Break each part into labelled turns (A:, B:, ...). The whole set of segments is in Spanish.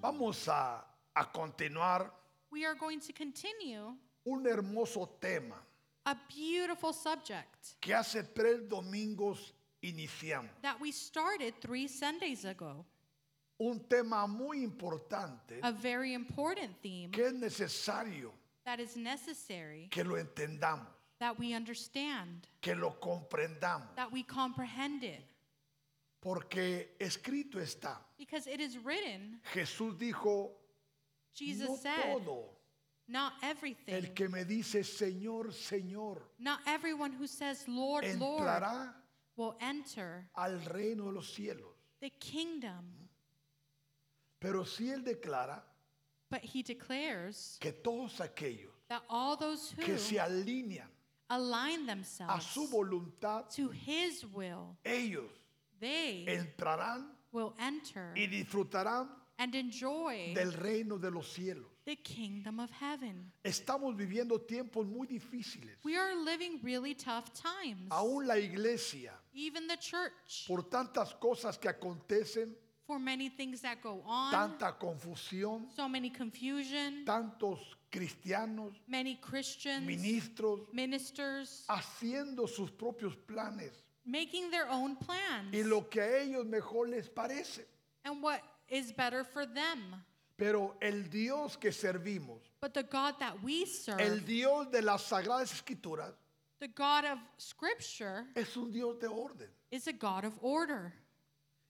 A: Vamos a, a continuar
B: we are going to continue
A: un hermoso tema
B: a beautiful subject
A: que hace tres domingos iniciamos.
B: that we started three Sundays ago.
A: Un tema muy importante
B: A very important theme
A: que es necesario
B: that is necessary
A: que lo entendamos,
B: that we understand,
A: que lo comprendamos,
B: that we comprehend it.
A: porque escrito está.
B: Because it is written,
A: Jesús dijo,
B: Jesus
A: no
B: said,
A: todo
B: not everything,
A: el que me dice Señor, Señor,
B: not everyone who says, Lord, Lord,
A: entrará
B: will enter
A: al reino de los cielos.
B: the kingdom.
A: Pero si él declara
B: But he declares
A: que todos aquellos
B: that all those
A: que se
B: who
A: alinean
B: align
A: a
B: themselves
A: su voluntad,
B: to his will,
A: ellos
B: they
A: entrarán
B: will enter
A: y disfrutarán
B: and enjoy
A: del reino de los cielos.
B: the kingdom of heaven.
A: Estamos viviendo tiempos muy difíciles.
B: We are living really tough times.
A: Aún la iglesia,
B: Even the church,
A: por tantas cosas que acontecen,
B: for many things that go
A: Ah.
B: on,
A: tanta confusión,
B: so many confusion,
A: tantos cristianos,
B: many Christians,
A: ministros,
B: ministers,
A: haciendo sus propios planes
B: making their own
A: y
B: plans
A: lo que a ellos mejor les parece.
B: and what is better for them.
A: Pero el Dios que servimos,
B: But the God that we
A: el
B: serve,
A: Dios de las Sagradas Escrituras,
B: the God of Scripture,
A: es un Dios de orden.
B: is a God of order.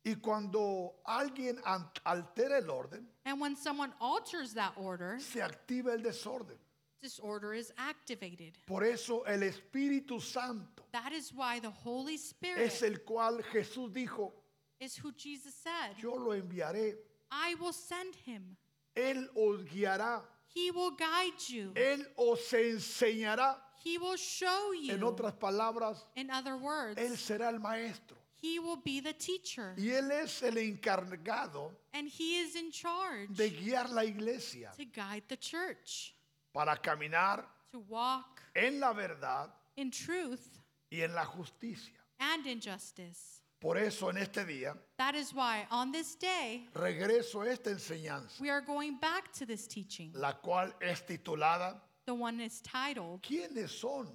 A: Y cuando alguien an- altera el orden,
B: And when someone alters that order,
A: se activa el desorden.
B: disorder is activated.
A: Por eso el Espíritu Santo
B: That is why the Holy Spirit
A: es el cual Jesús dijo,
B: is who Jesus said,
A: yo lo enviaré,
B: I will send him.
A: Él os guiará,
B: He will guide you.
A: Él os enseñará.
B: He will show you.
A: En otras palabras,
B: In other words,
A: Él será el maestro.
B: he will be the teacher.
A: Y Él es el encargado
B: And he is in charge
A: de guiar la iglesia
B: to guide the church,
A: para caminar
B: to walk
A: en la verdad
B: in truth
A: y en la justicia.
B: and in justice.
A: Por eso en este día
B: That is why on this day,
A: regreso a esta enseñanza,
B: we are going back to this teaching.
A: la cual es titulada
B: The one is titled,
A: ¿Quiénes son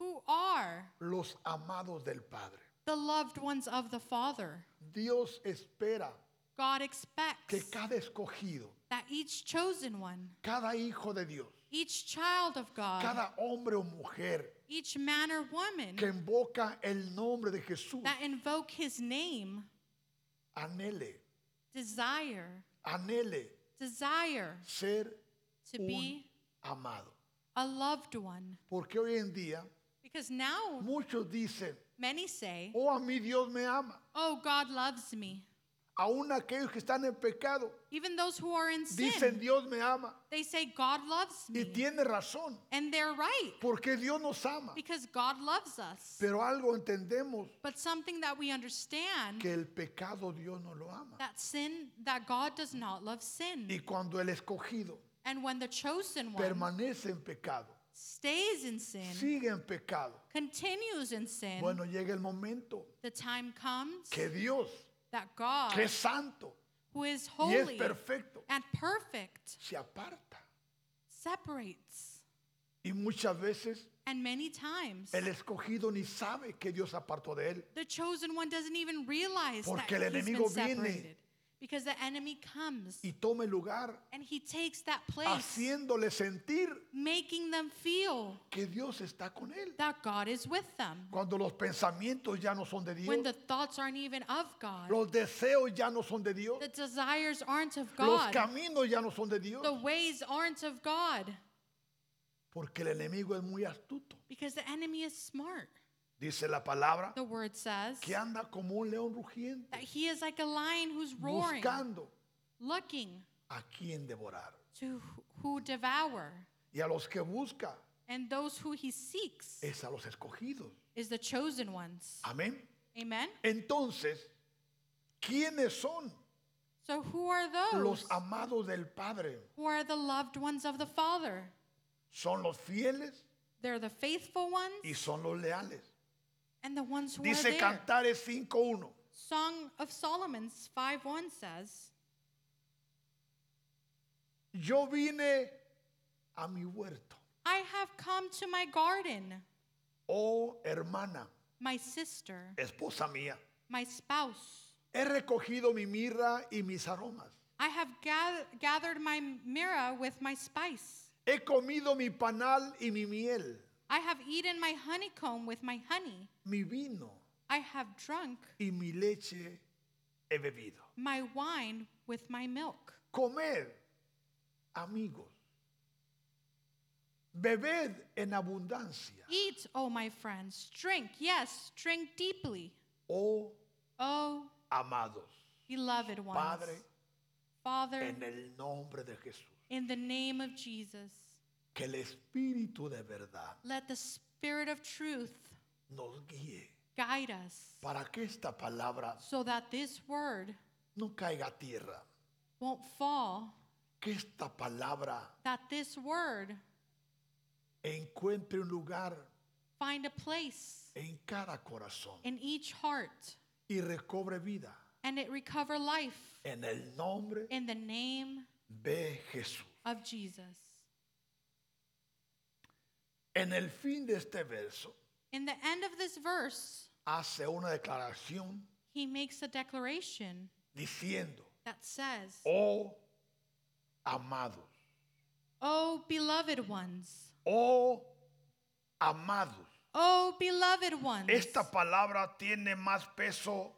B: Who Are
A: los amados del Padre?
B: the Loved Ones of the Father?
A: Dios espera
B: God
A: que
B: expects
A: cada escogido,
B: that each chosen one,
A: cada hijo de Dios,
B: each child of God,
A: cada hombre o mujer
B: each man or
A: que
B: woman
A: invoca el nombre de Jesús,
B: that invoke his name,
A: anhele,
B: desire,
A: anhele
B: desire
A: ser
B: to
A: un
B: be
A: amado.
B: a loved one.
A: Porque hoy en día
B: Because now
A: muchos dicen,
B: many say,
A: oh, a mí Dios me ama.
B: Oh, God loves me.
A: Aún aquellos que están en pecado
B: Even those who are in
A: dicen,
B: sin,
A: Dios me ama.
B: they say, God loves
A: Y
B: me.
A: tiene razón,
B: And they're right,
A: porque Dios nos ama.
B: because God loves us.
A: Pero algo entendemos,
B: But something that we understand
A: que el pecado Dios no lo ama.
B: that sin, that God does not love
A: Y
B: sin.
A: cuando el escogido
B: And when the chosen one
A: permanece en pecado,
B: stays in sin,
A: sigue en pecado,
B: continues in sin,
A: bueno, llega el momento
B: the time comes
A: que Dios,
B: that God,
A: que es santo
B: who is
A: y es
B: holy
A: perfecto,
B: and perfect,
A: se aparta.
B: separates.
A: Y muchas veces
B: And many times,
A: el escogido ni sabe que Dios apartó de él.
B: the chosen one doesn't even realize
A: Porque
B: that
A: el
B: he's been
A: enemigo viene.
B: separated. Because the enemy comes
A: y tome lugar
B: and he takes that place,
A: haciéndole sentir
B: making them feel
A: que Dios está con él.
B: that God is with them.
A: Cuando los pensamientos ya no son de
B: When
A: Dios,
B: the thoughts aren't even of God,
A: los deseos ya no son de Dios,
B: the desires aren't of
A: los
B: God,
A: caminos ya no son de Dios,
B: the ways aren't of God,
A: porque el enemigo es muy astuto.
B: because the enemy is smart.
A: Dice la palabra
B: The word says
A: que anda como un león rugiente
B: that he is like a lion who's roaring,
A: buscando
B: looking
A: a quien devorar.
B: to who devour.
A: Y a los que busca
B: And those who he seeks
A: es a los escogidos.
B: is the chosen ones.
A: Amén.
B: Amen.
A: Entonces, ¿quiénes son
B: So who are those?
A: los amados del Padre?
B: Who are the loved ones of the Father?
A: Son los fieles
B: They're the faithful
A: y
B: ones
A: son los leales.
B: and the ones who are
A: Eh. Dice
B: there.
A: Cantares 5.1.
B: Song of Solomon's 5:1 says,
A: yo vine a mi huerto.
B: I have come to my garden,
A: Oh, hermana,
B: my
A: Eh.
B: sister,
A: esposa mía,
B: my spouse.
A: he recogido mi mirra y mis aromas.
B: I have gath- gathered my mirra with my spice.
A: He comido mi panal y mi miel,
B: I have eaten my honeycomb with my honey.
A: mi vino
B: I have drunk
A: y mi leche he bebido.
B: my wine with my milk.
A: Comed, amigos. Bebed en abundancia.
B: Eat, O my friends, drink, yes, drink deeply.
A: Oh,
B: O
A: amados.
B: beloved ones.
A: Padre,
B: Father,
A: en el nombre de Jesús.
B: in the name of Jesus,
A: Que el Espíritu de verdad
B: let the Spirit of truth
A: nos guíe
B: guide us
A: para que esta palabra
B: so that this word
A: no caiga a tierra.
B: won't fall,
A: Que esta palabra
B: that this word
A: encuentre un lugar
B: find a place
A: en cada corazón
B: in each heart
A: y recobre vida
B: and it recover life
A: en el nombre
B: in the name
A: de Jesús.
B: of Jesus.
A: En el fin de este verso
B: In the end of this verse,
A: hace una declaración
B: he makes a declaration
A: diciendo,
B: that says,
A: oh amados,
B: O beloved ones,
A: oh amados.
B: O beloved ones.
A: Esta palabra tiene más peso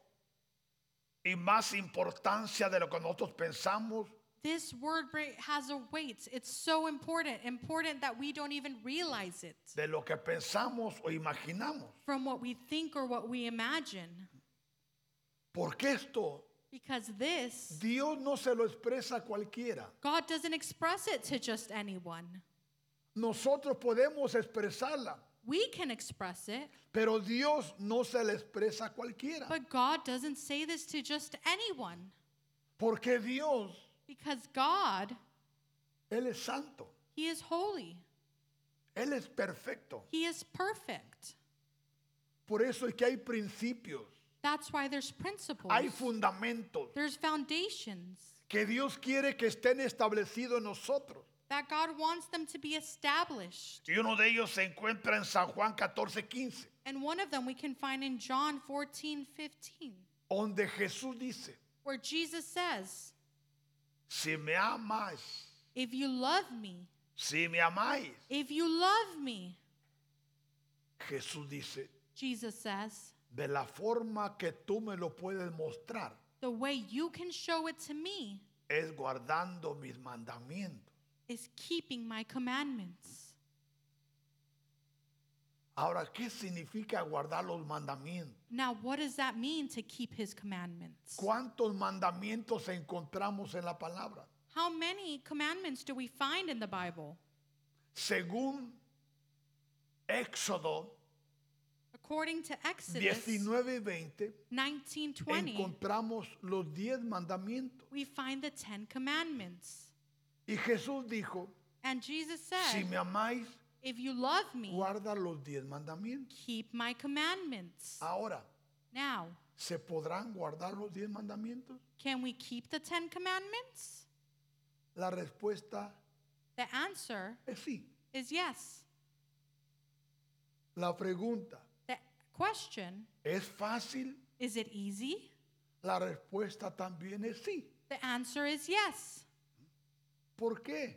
A: y más importancia de lo que nosotros pensamos
B: This word bri- has a weight. It's so important, important that we don't even realize it
A: de lo que pensamos o imaginamos.
B: from what we think or what we imagine.
A: Porque esto
B: Because this,
A: Dios no se lo expresa a cualquiera.
B: God doesn't express it to just anyone.
A: Nosotros podemos expresarla,
B: We can express it,
A: pero Dios no se la expresa a cualquiera.
B: but God doesn't say this to just anyone.
A: Porque Dios,
B: Because God,
A: Él es santo,
B: He is holy,
A: Él es perfecto.
B: He is perfect.
A: Por eso es que hay principios,
B: That's why there's principles,
A: hay fundamentos
B: there's foundations
A: que Dios quiere que estén establecidos en nosotros.
B: that God wants them to be established.
A: Y uno de ellos se encuentra en San Juan 14, 15,
B: And one of them we can find in John 14 15,
A: donde Jesús dice,
B: where Jesus says,
A: si me amas,
B: If you love me,
A: si me amáis,
B: if you love me,
A: Jesús dice,
B: Jesus says,
A: de la forma que tú me lo puedes mostrar
B: the way you can show it to me
A: es guardando mis mandamientos.
B: is keeping my commandments.
A: Ahora, ¿qué significa guardar los mandamientos?
B: Now, what does that mean to keep his commandments?
A: ¿Cuántos mandamientos encontramos en la palabra?
B: How many commandments do we find in the Bible?
A: Según Éxodo
B: According to Exodus
A: 19 y 20,
B: 19 20,
A: encontramos los 10 mandamientos.
B: we find the Ten Commandments.
A: Y Jesús dijo,
B: And Jesus
A: si
B: said,
A: me amáis,
B: If you love me,
A: guarda los 10 mandamientos.
B: keep my commandments.
A: Ahora,
B: Now,
A: ¿se podrán guardar los 10 mandamientos?
B: can we keep the Ten Commandments?
A: La respuesta
B: The answer
A: es sí.
B: is yes.
A: La pregunta,
B: The question
A: ¿es fácil?
B: is it easy?
A: La respuesta también es sí.
B: The answer is yes.
A: ¿Por qué?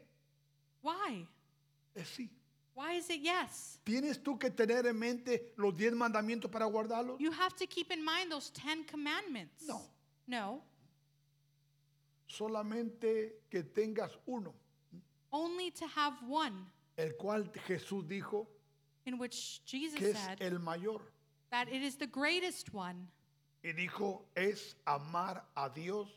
B: Why?
A: Es Eh, sí.
B: Why is it yes?
A: ¿Tienes tú que tener en mente los 10 mandamientos para guardarlos?
B: You have to keep in mind those Ten Commandments.
A: No.
B: No.
A: Solamente que tengas uno,
B: Only to have one,
A: el cual Jesús dijo
B: in which Jesus
A: que es
B: said
A: el mayor.
B: that it is the greatest one.
A: Y dijo, es amar a Dios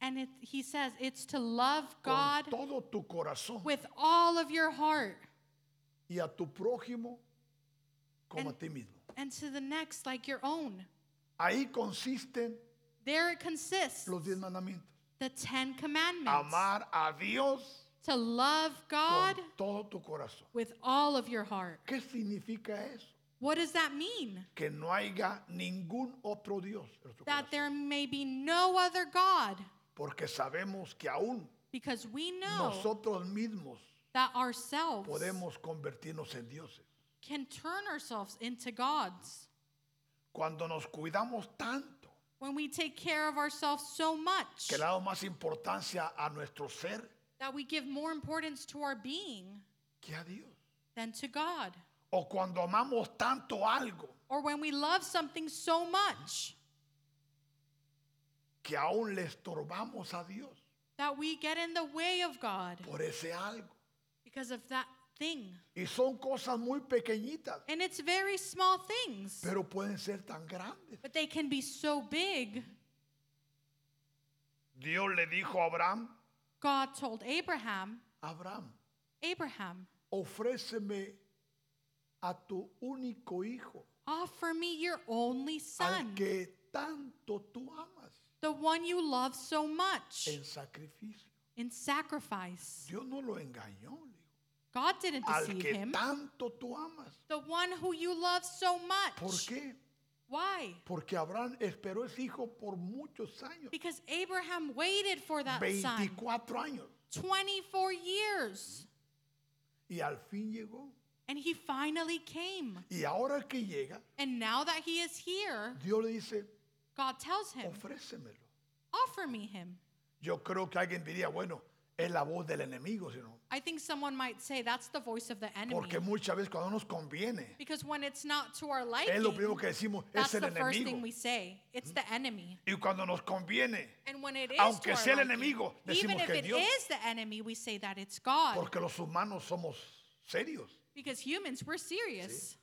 B: And it, he says it's to love
A: con
B: God
A: todo tu corazón
B: with all of your heart
A: y a tu prójimo como a
B: And-
A: ti mismo.
B: and to the next like your own.
A: Ahí consisten
B: There it consists
A: los diez mandamientos.
B: the Ten Commandments
A: Amar a Dios
B: to love God
A: con todo tu corazón.
B: with all of your heart.
A: ¿Qué significa eso?
B: What does that mean?
A: Que no haya ningún otro Dios. en nuestro
B: That
A: corazón.
B: there may be no other God
A: Porque sabemos que aún
B: because we know
A: nosotros mismos
B: that ourselves
A: podemos convertirnos en dioses.
B: can turn ourselves into gods.
A: Cuando nos cuidamos tanto,
B: When we take care of ourselves so much
A: que le damos más importancia a nuestro ser
B: that we give more importance to our being
A: que a Dios.
B: than to God.
A: O cuando amamos tanto algo
B: Or when we love something so much
A: que aún le estorbamos a Dios
B: that we get in the way of God
A: por ese algo.
B: because of that thing.
A: Y son cosas muy pequeñitas,
B: And it's very small things,
A: pero pueden ser tan grandes.
B: but they can be so big.
A: Dios le dijo a Abraham,
B: God told Abraham,
A: Abraham,
B: Abraham,
A: ofréceme a tu único hijo,
B: offer me your only
A: al
B: son,
A: que tanto tú amas,
B: the one you love so much,
A: en sacrificio.
B: in sacrifice.
A: Dios no lo engañó, le dijo,
B: God didn't
A: al
B: deceive
A: que
B: him.
A: tanto tú amas.
B: The one who you love so
A: ¿Por
B: much.
A: qué?
B: Why?
A: Porque Abraham esperó ese hijo por muchos años,
B: Because Abraham waited for that son
A: 24 años,
B: 24 years,
A: y al fin llegó.
B: and he finally came.
A: Y ahora que llega,
B: And now that he is here,
A: Dios le dice,
B: God tells him,
A: ofrécemelo.
B: Offer me him.
A: Yo creo que alguien diría, bueno, es la voz del enemigo, sino
B: I think someone might say that's the voice of the enemy.
A: porque muchas veces cuando nos conviene,
B: Because when it's not to our
A: es lo primero
B: liking,
A: que decimos,
B: that's
A: es el
B: the first thing
A: enemigo.
B: we say. It's the enemy.
A: Y cuando nos conviene,
B: And when it is
A: Aunque
B: to our
A: sea el
B: liking,
A: enemigo,
B: even
A: decimos
B: if
A: que
B: it
A: Dios.
B: is the enemy, we say that it's God.
A: porque los humanos somos serios,
B: because humans, we're serious.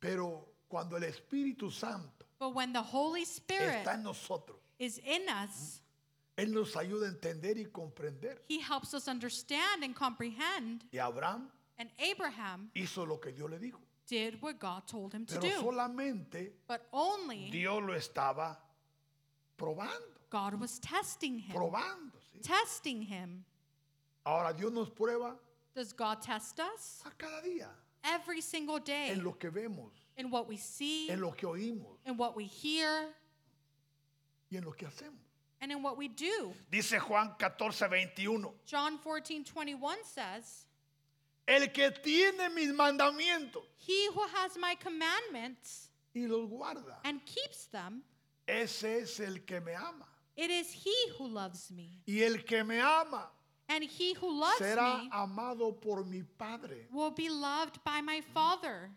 A: pero cuando el Espíritu Santo
B: But when the Holy Spirit
A: está en nosotros,
B: is in us,
A: Él nos ayuda a entender y comprender.
B: he helps us understand and comprehend.
A: Y Abraham
B: And Abraham
A: hizo lo que Dios le dijo,
B: did what God told him to
A: pero
B: do.
A: solamente
B: But only
A: Dios lo estaba probando,
B: God was testing him.
A: probando. ¿sí?
B: Testing him.
A: Ahora Dios nos prueba
B: Does God test us?
A: a cada día.
B: Every single day
A: en lo que vemos,
B: in what we see,
A: en lo que oímos
B: in what we hear,
A: y en lo que hacemos.
B: and in what we do.
A: Dice Juan 14, 21.
B: John 14 21 says,
A: El que tiene mis mandamientos
B: He who has my commandments
A: y los guarda,
B: and keeps them,
A: ese es el que me ama.
B: it is he who loves me.
A: Y el que me ama
B: And he who loves
A: será
B: me
A: amado por mi Padre.
B: will be loved by my Father.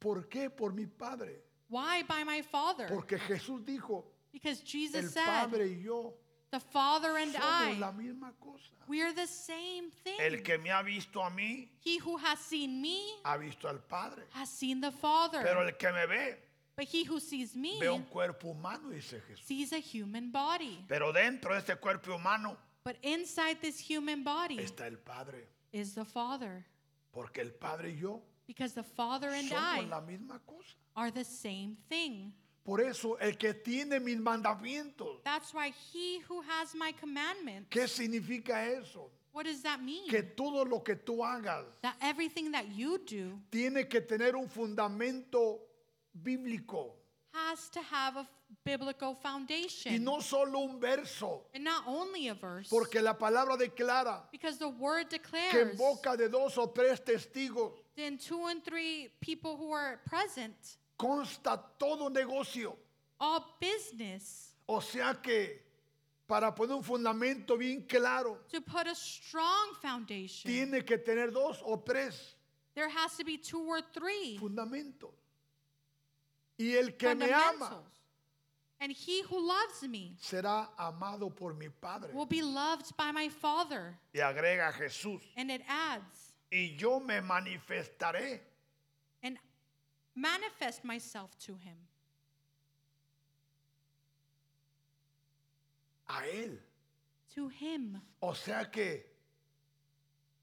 A: ¿Por qué por mi Padre?
B: Why by my Father?
A: Porque Jesús dijo,
B: Because
A: el
B: Jesus said,
A: Padre y yo
B: The Father and
A: somos la
B: I,
A: misma cosa.
B: we are the same
A: El
B: thing.
A: que me ha visto a mí,
B: He who has seen me
A: ha visto al Padre.
B: has seen the
A: Pero
B: Father.
A: el que me ve,
B: But he who sees me
A: ve un cuerpo humano, dice Jesús.
B: sees a human body.
A: Pero dentro de este cuerpo humano
B: But inside this human body
A: está el Padre,
B: is the Father.
A: porque el Padre y yo
B: Because the Father and I
A: somos la misma cosa.
B: are the same thing.
A: Por eso el que tiene mis mandamientos,
B: That's why he who has my commandment,
A: ¿qué significa eso?
B: what does that mean?
A: Que todo lo que tú hagas
B: That everything that you do
A: tiene que tener un fundamento bíblico
B: has to have a f- biblical
A: y
B: foundation.
A: no solo un verso,
B: And not only a verse,
A: porque la palabra declara
B: because the word
A: que en
B: declares
A: boca de dos o tres testigos
B: then two and three people who are present,
A: consta todo negocio.
B: all business,
A: O sea que para poner un fundamento bien claro,
B: to put a strong foundation.
A: tiene que tener dos o tres
B: there has to be two or three
A: fundamentos. Y el que me ama
B: fundamentals. And he who loves me
A: será amado por mi Padre.
B: will be loved by my Father.
A: Y agrega Jesús,
B: And it adds,
A: y yo me manifestaré
B: and manifest myself to him,
A: a Él.
B: to him.
A: O sea que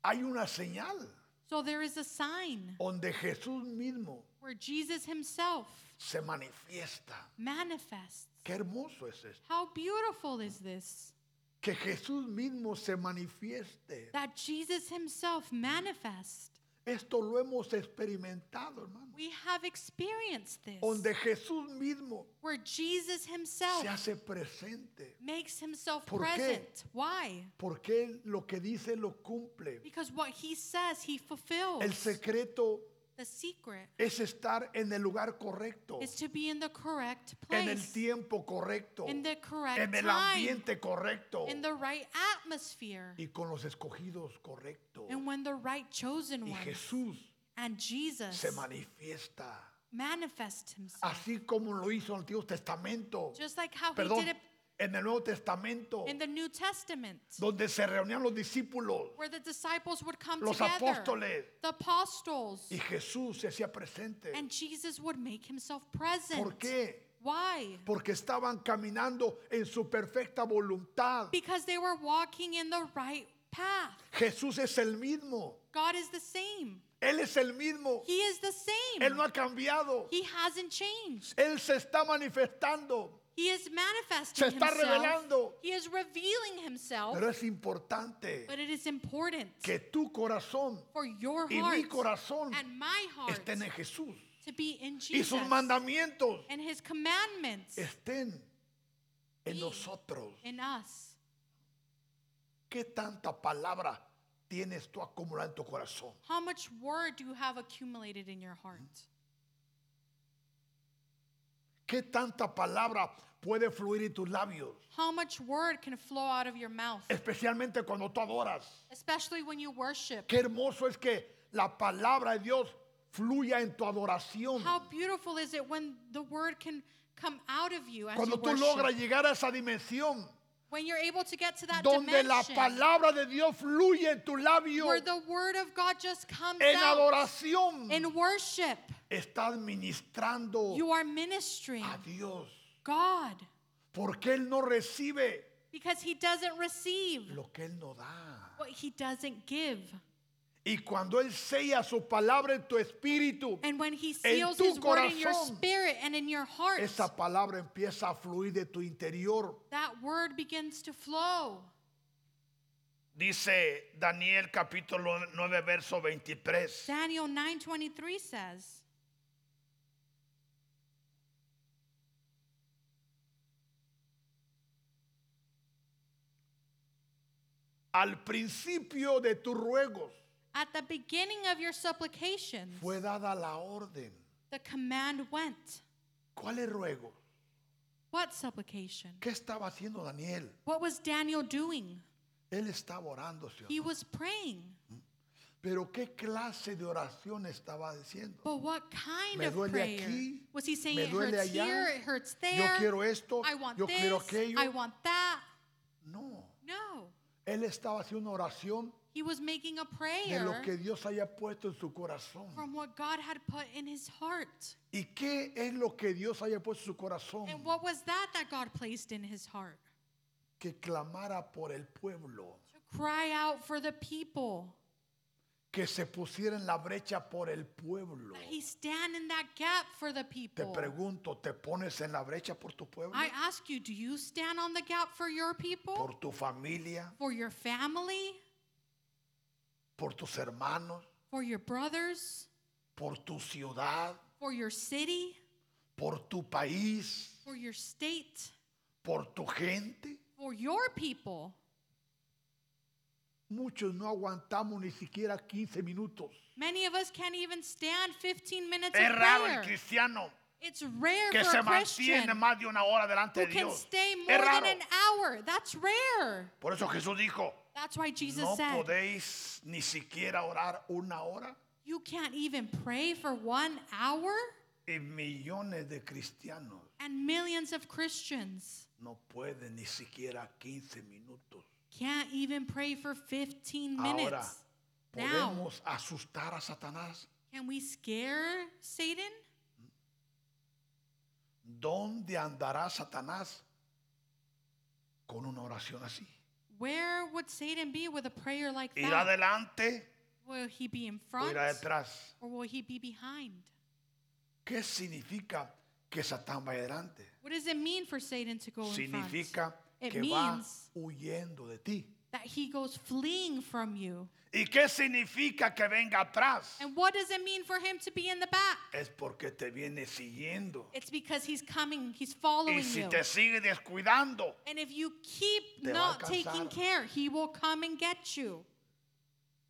A: hay una señal
B: So there is a sign
A: donde Jesús mismo
B: where Jesus himself
A: se manifiesta.
B: manifests.
A: Qué hermoso es esto.
B: How beautiful is this?
A: Que Jesús mismo se manifieste
B: That Jesus himself manifests
A: Esto lo hemos experimentado, hermano.
B: We have experienced this
A: Donde Jesús mismo
B: where Jesus himself
A: se hace presente.
B: makes himself
A: ¿Por qué?
B: present. Why?
A: Porque Él lo que dice lo cumple.
B: Because what he says, he
A: El
B: fulfills.
A: secreto
B: The secret
A: es estar en el lugar correcto,
B: is to be in the correct
A: en el
B: place,
A: tiempo correcto,
B: in the correct
A: en el
B: time,
A: ambiente correcto
B: in the right atmosphere,
A: y con los escogidos correctos.
B: and when the right chosen
A: Y
B: one
A: Jesús
B: and Jesus
A: se manifiesta,
B: manifest himself.
A: así como lo hizo en el Antiguo Testamento,
B: Just like how he
A: Ah, perdón,
B: did it
A: en el Nuevo Testamento,
B: in the New Testament,
A: donde se reunían los discípulos
B: where the disciples would come
A: Los
B: together,
A: apóstoles.
B: the apostles,
A: y Jesús se hacía presente.
B: and Jesus would make himself present.
A: ¿Por qué?
B: Why?
A: porque estaban caminando en su perfecta voluntad.
B: Because they were walking in the right path.
A: Jesús es el mismo,
B: God is the same.
A: Él es el mismo,
B: He is the same.
A: Él no ha cambiado,
B: He hasn't changed.
A: Él se está manifestando,
B: He is manifesting
A: Se está
B: himself.
A: revelando.
B: He is revealing himself.
A: pero es importante
B: but it is important
A: que tu corazón
B: for your
A: y
B: heart
A: mi corazón
B: and my heart
A: estén en Jesús
B: to be in
A: y
B: Jesus
A: sus mandamientos
B: and his commandments
A: estén en
B: Y-
A: nosotros.
B: in us.
A: ¿Qué tanta palabra tienes tú acumulada en tu corazón?
B: How much word do you have accumulated in your heart?
A: ¿Qué tanta palabra puede fluir en tus labios?
B: How much word can flow out of your mouth,
A: Especialmente cuando tú adoras.
B: especially when you worship?
A: Qué hermoso es que la palabra de Dios fluya en tu adoración.
B: How beautiful is it when the word can come out of you as
A: Cuando
B: you
A: tú
B: worship?
A: logras llegar a esa dimensión
B: when you're able to get to that
A: donde la
B: dimension
A: palabra de Dios fluye en tu labio
B: where the word of God just comes
A: en
B: out
A: adoración,
B: in worship,
A: estás ministrando
B: you are ministering
A: a Dios.
B: God
A: Porque Él no recibe
B: because He doesn't receive
A: lo que Él no da.
B: what He doesn't give.
A: Y cuando Él sella su palabra en tu espíritu,
B: And when He seals
A: tu
B: His word in your
A: corazón,
B: spirit and in your heart,
A: esa palabra empieza a fluir de tu interior.
B: that word begins to flow.
A: Dice Daniel capítulo 9, verso 23.
B: Daniel 9:23 says,
A: al principio de tus ruegos
B: "At the beginning of your supplications,
A: fue dada la orden.
B: the command went."
A: ¿Cuáles ruegos?
B: What supplication?
A: ¿Qué estaba haciendo Daniel?
B: What was Daniel doing?
A: Él estaba orando, ¿sí o no?
B: He was praying.
A: Pero ¿qué clase de oración estaba diciendo?
B: But what kind
A: Me
B: of
A: duele
B: prayer?
A: aquí,
B: was he saying
A: me
B: it
A: duele
B: hurts
A: allá,
B: here, it hurts there?
A: Yo quiero esto,
B: I want
A: yo
B: this,
A: quiero aquello.
B: I want that.
A: No,
B: No.
A: él estaba haciendo una oración
B: He was making a
A: de lo
B: prayer
A: que Dios haya puesto en su corazón.
B: from what God had put in his heart.
A: ¿Y qué es lo que Dios haya puesto en su corazón?
B: And what was that that God placed in his heart?
A: Que clamara por el pueblo,
B: To cry out for the people.
A: que se pusiera en la brecha por el pueblo.
B: That he stand in that gap for the
A: Te
B: people.
A: pregunto, ¿te pones en la brecha por tu pueblo?
B: I ask you, do you stand on the gap for your people?
A: por tu familia,
B: for your family?
A: por tus hermanos,
B: For your brothers?
A: por tu ciudad,
B: For your city?
A: por tu país,
B: For your state?
A: por tu gente.
B: for your people.
A: Muchos no aguantamos ni siquiera 15 minutos.
B: Many of us can't even stand 15 minutes
A: Es
B: of
A: raro el
B: prayer.
A: cristiano
B: It's rare
A: que
B: for
A: se
B: a Christian
A: mantiene más de una hora delante
B: who
A: de
B: can
A: Dios.
B: stay more
A: Es
B: than
A: raro.
B: an hour. That's rare.
A: Por eso Jesús dijo,
B: That's why Jesus
A: no
B: said,
A: podéis ni siquiera orar una hora.
B: "You can't even pray for 1 hour."
A: Y millones de cristianos
B: And millions of Christians
A: no pueden ni siquiera 15 minutos.
B: can't even pray for 15
A: Ahora,
B: minutes. Now,
A: ¿podemos asustar a Satanás?
B: can we scare Satan?
A: ¿Dónde andará Satanás con una oración así?
B: Where would Satan be with a prayer like
A: ¿Irá
B: that?
A: adelante
B: Will he be in
A: o
B: front
A: irá detrás?
B: or will he be behind?
A: ¿Qué significa que Satán va adelante?
B: What does it mean for Satan to go in front?
A: Significa
B: It
A: que va
B: means
A: huyendo de ti.
B: that he goes fleeing from you.
A: ¿Y qué significa que venga atrás?
B: And what does it mean for him to be in the back?
A: Es porque te viene siguiendo.
B: It's because he's coming, he's
A: Y
B: following
A: si
B: you.
A: te sigue descuidando,
B: And if you keep
A: Te va a
B: not taking
A: alcanzar.
B: care, he will come and get you.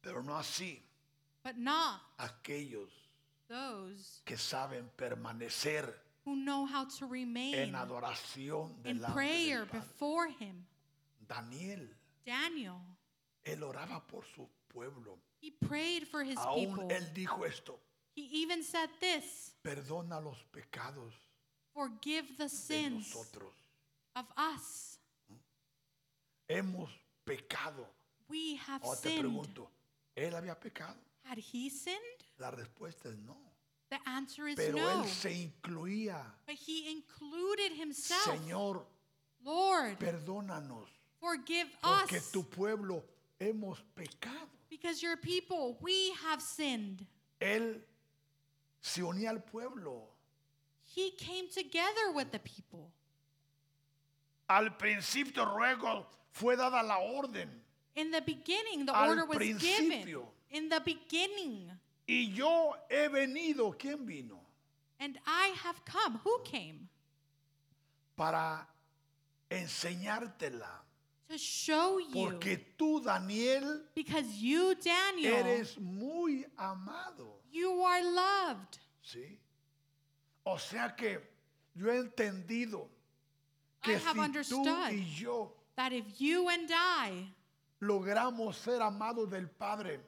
A: pero no así,
B: But not
A: aquellos
B: those
A: que saben permanecer
B: who know how to remain
A: en adoración
B: in
A: delante
B: prayer
A: del Padre.
B: before him.
A: Daniel,
B: Daniel,
A: él oraba por su pueblo.
B: he prayed for his people.
A: Aún él dijo esto,
B: He even said this
A: perdona los pecados
B: forgive the
A: de
B: sins
A: nosotros.
B: of us.
A: Hemos pecado.
B: We have
A: Ahora Oh, te
B: sinned.
A: pregunto, ¿él había pecado?
B: Had he sinned?
A: La respuesta es no.
B: The answer is
A: Pero
B: no.
A: él se incluía.
B: But he included himself.
A: Señor,
B: Lord,
A: perdónanos,
B: forgive us.
A: porque tu pueblo hemos pecado.
B: Because your people, we have sinned.
A: Él se unía al pueblo.
B: He came together with the people.
A: Al principio ruego fue dada la orden.
B: In the beginning, the
A: Al
B: order was given.
A: principio.
B: In the beginning.
A: Y yo he venido, ¿quién vino?
B: And I have come. Who came?
A: Para enseñártela.
B: To show you.
A: Porque tú, Daniel,
B: Because you, Daniel,
A: eres muy amado.
B: you are loved.
A: ¿Sí? O sea que yo he entendido
B: I
A: que
B: have
A: si tú
B: understood
A: y yo
B: that if you and I
A: logramos ser amados del Padre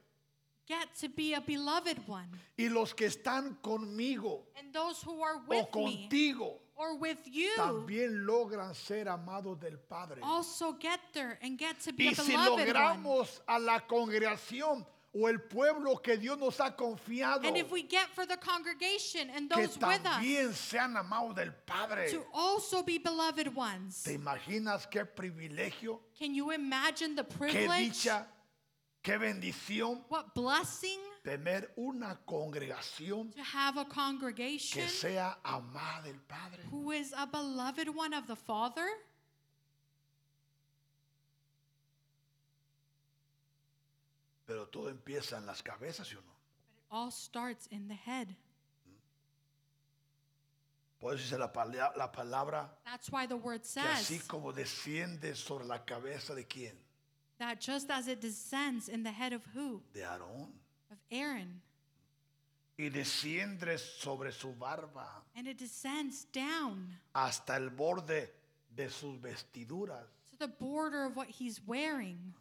B: get to be a beloved one,
A: y los que están conmigo
B: and those who are
A: o
B: with me
A: contigo
B: or with you
A: también logran ser amados del Padre.
B: also get there and get to be
A: Y
B: a
A: si
B: beloved one.
A: logramos a la congregación o el pueblo que Dios nos ha confiado
B: And if we get for the congregation and
A: que
B: those with us
A: también sean amados del
B: to
A: Padre.
B: also be beloved ones,
A: ¿Te imaginas qué privilegio,
B: can you imagine the
A: qué
B: privilege?
A: dicha, qué bendición
B: What blessing
A: tener una congregación
B: to have a
A: que
B: congregation
A: sea amada del Padre?
B: who is a beloved one of the Father?
A: Pero todo empieza en las cabezas, ¿sí o no?
B: But it all starts in the head.
A: Por eso dice la, palea- la palabra
B: That's why the word
A: que así
B: says
A: como desciende sobre la cabeza de quién?
B: that just as it descends in the head of who?
A: De Aarón.
B: Of Aaron.
A: Y desciende sobre su barba
B: And it descends down
A: hasta el borde de sus vestiduras.
B: to the border of what he's wearing.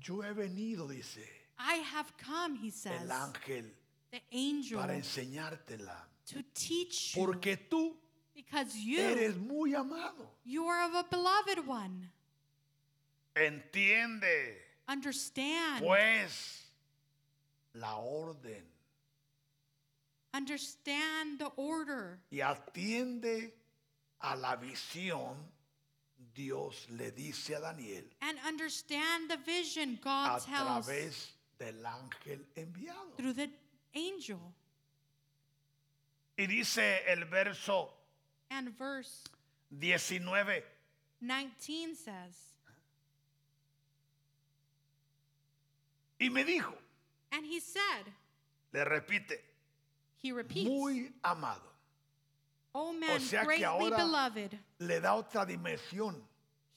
A: Yo he venido, dice
B: I have come, he says,
A: el ángel,
B: the angel,
A: para enseñártela.
B: to teach you.
A: Porque tú
B: Because you,
A: eres muy amado.
B: you are of a beloved one.
A: Entiende,
B: Understand.
A: pues, la orden
B: Understand the order
A: y atiende a la visión. Dios le dice a Daniel
B: and understand the vision
A: a
B: God tells
A: través del ángel enviado.
B: through the angel.
A: Y dice el verso
B: And verse
A: 19,
B: 19 says,
A: y me dijo,
B: And he said,
A: le repite,
B: he repeats,
A: muy amado.
B: O man
A: sea que
B: greatly
A: ahora-
B: beloved.
A: Le da otra dimensión.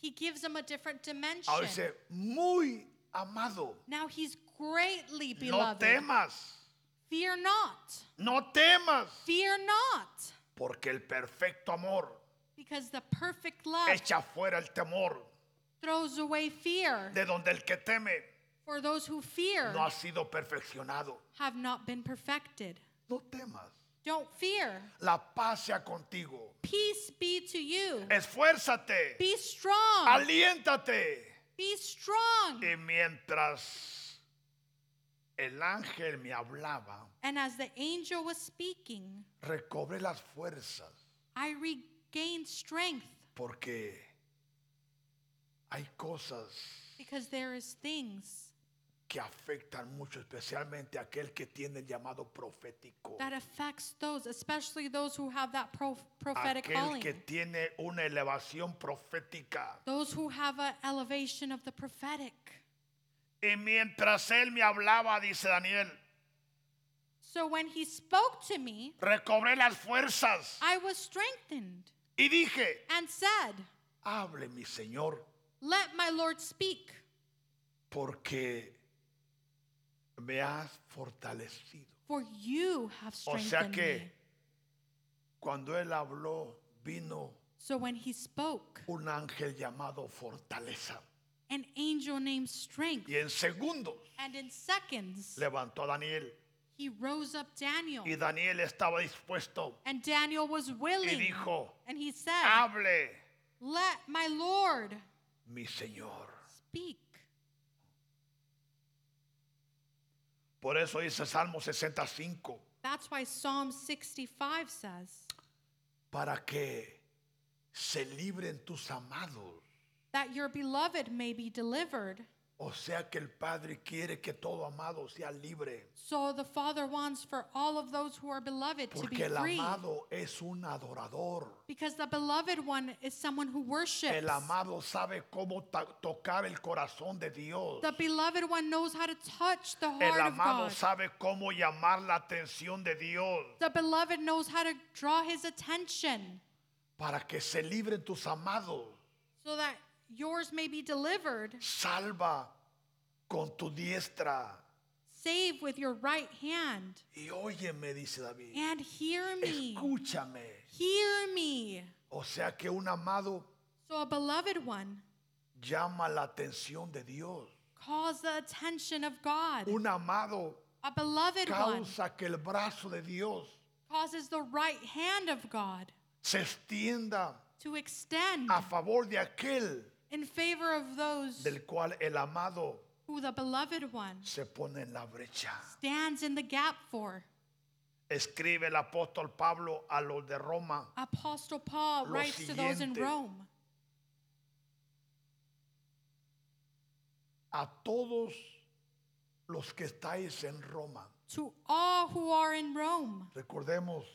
B: He gives him a different dimension.
A: Ahora dice, muy amado.
B: now he's greatly
A: No
B: beloved.
A: temas,
B: Fear not.
A: no temas,
B: Fear not.
A: porque el perfecto amor
B: Because the perfect love
A: echa fuera el temor.
B: throws away fear.
A: De donde el que teme
B: For those who fear
A: no ha sido perfeccionado.
B: have not been perfected.
A: No temas.
B: Don't fear.
A: La paz sea contigo.
B: Peace be to you.
A: Eh. Esfuérzate,
B: Be strong.
A: aliéntate.
B: be strong.
A: Y mientras el ángel me hablaba,
B: And as the angel was speaking,
A: recobré las fuerzas
B: I regained strength
A: porque hay cosas
B: because there is things
A: que afectan mucho, especialmente aquel que tiene el llamado profético,
B: that affects those, especially those who have that prof- prophetic
A: aquel
B: calling,
A: que tiene una elevación profética.
B: those who have an elevation of the prophetic.
A: Y mientras él me hablaba, dice Daniel,
B: So when he spoke to me,
A: recobré las fuerzas
B: I was strengthened
A: y dije,
B: and said,
A: hable mi Señor,
B: Let my Lord speak,
A: porque me has fortalecido.
B: for you have
A: O
B: strengthened
A: sea
B: me.
A: que cuando él habló, vino
B: So when he spoke,
A: un ángel llamado fortaleza.
B: an angel named Strength,
A: Y en segundos
B: and in seconds,
A: levantó a Daniel.
B: he rose up Daniel.
A: Y Daniel estaba dispuesto
B: And Daniel was willing.
A: dijo, "Ah."
B: and he said,
A: Hable,
B: Let my Lord
A: mi Señor.
B: speak.
A: Por eso dice Salmo 65,
B: That's why Psalm 65 says,
A: para que se libren tus amados.
B: That your beloved may be delivered.
A: O sea que el Padre quiere que todo amado sea libre.
B: So the Father wants for all of those who are beloved to be
A: Porque el
B: free.
A: amado es un adorador.
B: Because the beloved one is someone who worships.
A: El amado sabe cómo ta- tocar el corazón de Dios.
B: The beloved one knows how to touch the
A: El
B: heart of
A: amado
B: God.
A: sabe cómo llamar la atención de Dios.
B: The beloved knows how to draw his attention
A: Para que se libren tus amados.
B: so that yours may be delivered.
A: Salva con tu diestra.
B: Save with your right hand.
A: Y óyeme, dice David.
B: And hear me.
A: Escúchame.
B: Hear me.
A: O sea que un amado
B: So a beloved one
A: llama la atención de Dios.
B: calls the attention of God.
A: Un amado
B: A beloved one
A: causa que el brazo de Dios
B: causes the right hand of God
A: se extienda
B: to extend
A: a favor de aquel
B: in favor of those
A: Ah, del cual el amado
B: who the beloved one
A: se pone en la brecha.
B: stands in the gap for.
A: Escribe el apóstol Pablo a los de Roma.
B: Apostle Paul
A: Lo
B: writes to those in
A: siguiente.
B: Rome.
A: a todos los que estáis en Roma.
B: To all who are in Rome,
A: Recordemos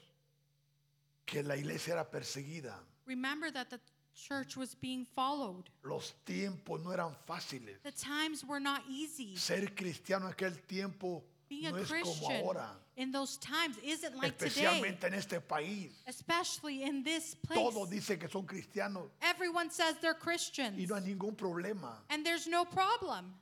A: que la iglesia era perseguida,
B: remember that the church was being followed.
A: los tiempos no eran fáciles.
B: The times were not easy.
A: Ser cristiano en aquel tiempo
B: Being a
A: no es como
B: Christian
A: ahora,
B: in those times isn't like today,
A: especialmente en este país.
B: especially in this place.
A: Todos dicen que son cristianos
B: Everyone says they're
A: y
B: Christians,
A: no hay ningún problema,
B: and there's no problem.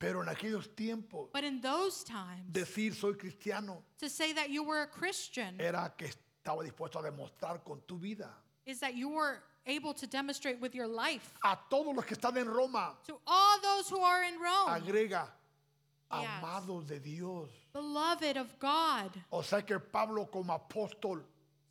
A: pero en aquellos tiempos
B: But in those times,
A: decir soy cristiano
B: to say that you were a Christian
A: era que estaba dispuesto a demostrar con tu vida.
B: is that you were able to demonstrate with your life.
A: A todos los que están en Roma,
B: To all those who are in Rome,
A: agrega,
B: Oh. Yes.
A: amados de Dios.
B: beloved of God.
A: O sea que Pablo como apóstol,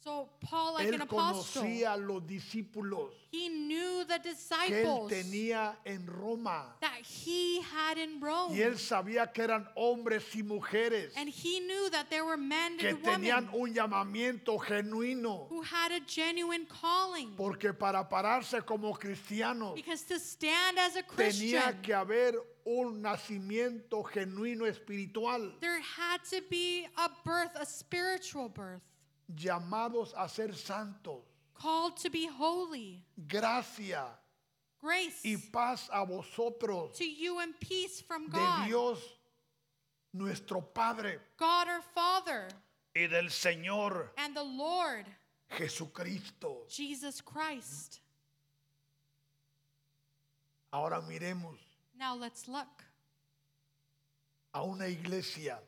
B: So Paul, like an
A: él
B: apostle,
A: conocía a los discípulos
B: he knew the
A: que él
B: disciples
A: tenía en Roma.
B: that he had in Rome.
A: Y él sabía que eran hombres y mujeres
B: And he knew that there were men
A: que
B: and women
A: tenían un llamamiento genuino.
B: who had a genuine calling.
A: Porque para pararse como cristianos
B: Because to stand as a Christian,
A: tenía que haber un nacimiento genuino espiritual,
B: there had to be a birth, a spiritual birth,
A: llamados a ser santos.
B: called to be holy,
A: Gracia
B: grace
A: y paz a vosotros
B: to you and peace from
A: de
B: God,
A: Dios nuestro Padre
B: God our Father,
A: y del Señor
B: and the Lord
A: Jesucristo.
B: Jesus Christ.
A: Ahora miremos
B: Now let's look
A: a una iglesia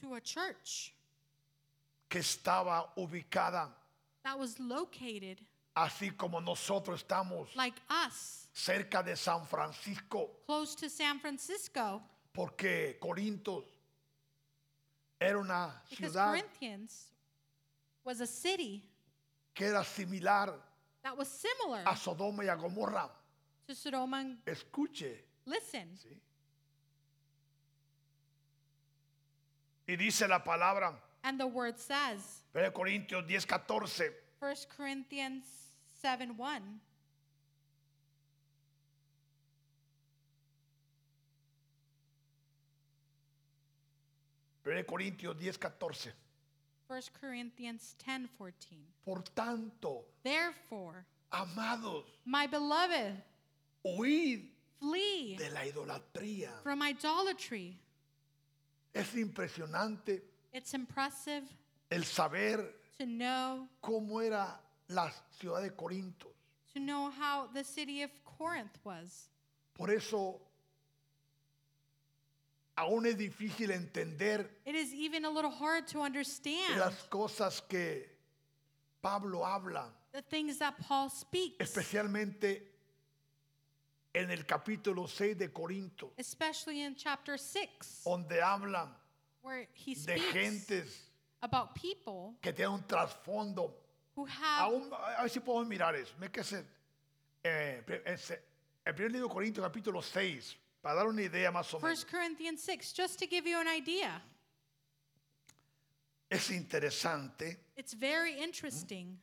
B: to a church
A: que estaba ubicada
B: that was located
A: así como nosotros estamos
B: like us,
A: cerca de San Francisco,
B: close to San Francisco,
A: porque Corintios era una
B: because
A: ciudad
B: Corinthians was a city
A: que era similar
B: that was similar
A: a Sodoma y a Gomorra.
B: to Sodom and
A: Escuche.
B: listen.
A: ¿sí? Y dice la palabra
B: And the word says,
A: 1 Corintios 10, 14.
B: 1 Corinthians 7 1.
A: 1 Corintios 10, 14.
B: 1 Corinthians 10 14.
A: Por tanto,
B: Therefore,
A: amados,
B: my beloved,
A: huid
B: flee
A: de la idolatría.
B: from idolatry.
A: Es impresionante
B: It's impressive
A: el saber
B: to know
A: cómo era la ciudad de Corinto.
B: to know how the city of Corinth was.
A: Por eso aún es difícil entender
B: It is even a little hard to understand
A: las cosas que Pablo habla,
B: the things that Paul speaks,
A: especialmente en el capítulo 6 de Corinto,
B: especially in chapter 6,
A: donde habla
B: where he
A: Oh, de
B: speaks
A: gentes
B: about people
A: que tienen un trasfondo.
B: who have.
A: Aún, a a ver si podemos mirar eso. Me que se- eh, pri- eh, se- el primer libro de Corinto, capítulo 6, para dar una idea más o
B: 1
A: menos.
B: Corinthians 6, just to give you an idea.
A: Es interesante
B: It's very interesting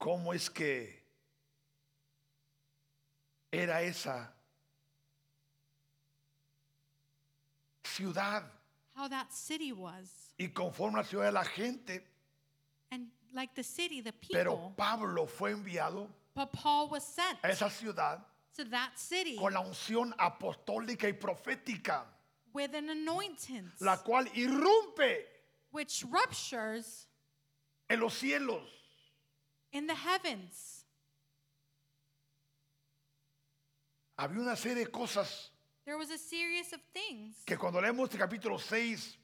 A: cómo es que era esa ciudad
B: how that city was.
A: y conforme a la ciudad de la gente,
B: And like the city, the people.
A: pero Pablo fue enviado
B: But Paul was sent
A: a esa ciudad
B: to that city
A: con la unción apostólica y profética,
B: with an anointing
A: la cual irrumpe
B: which ruptures
A: en los cielos.
B: in the heavens.
A: Había una serie de cosas
B: There was a series of things
A: que cuando leemos este capítulo 6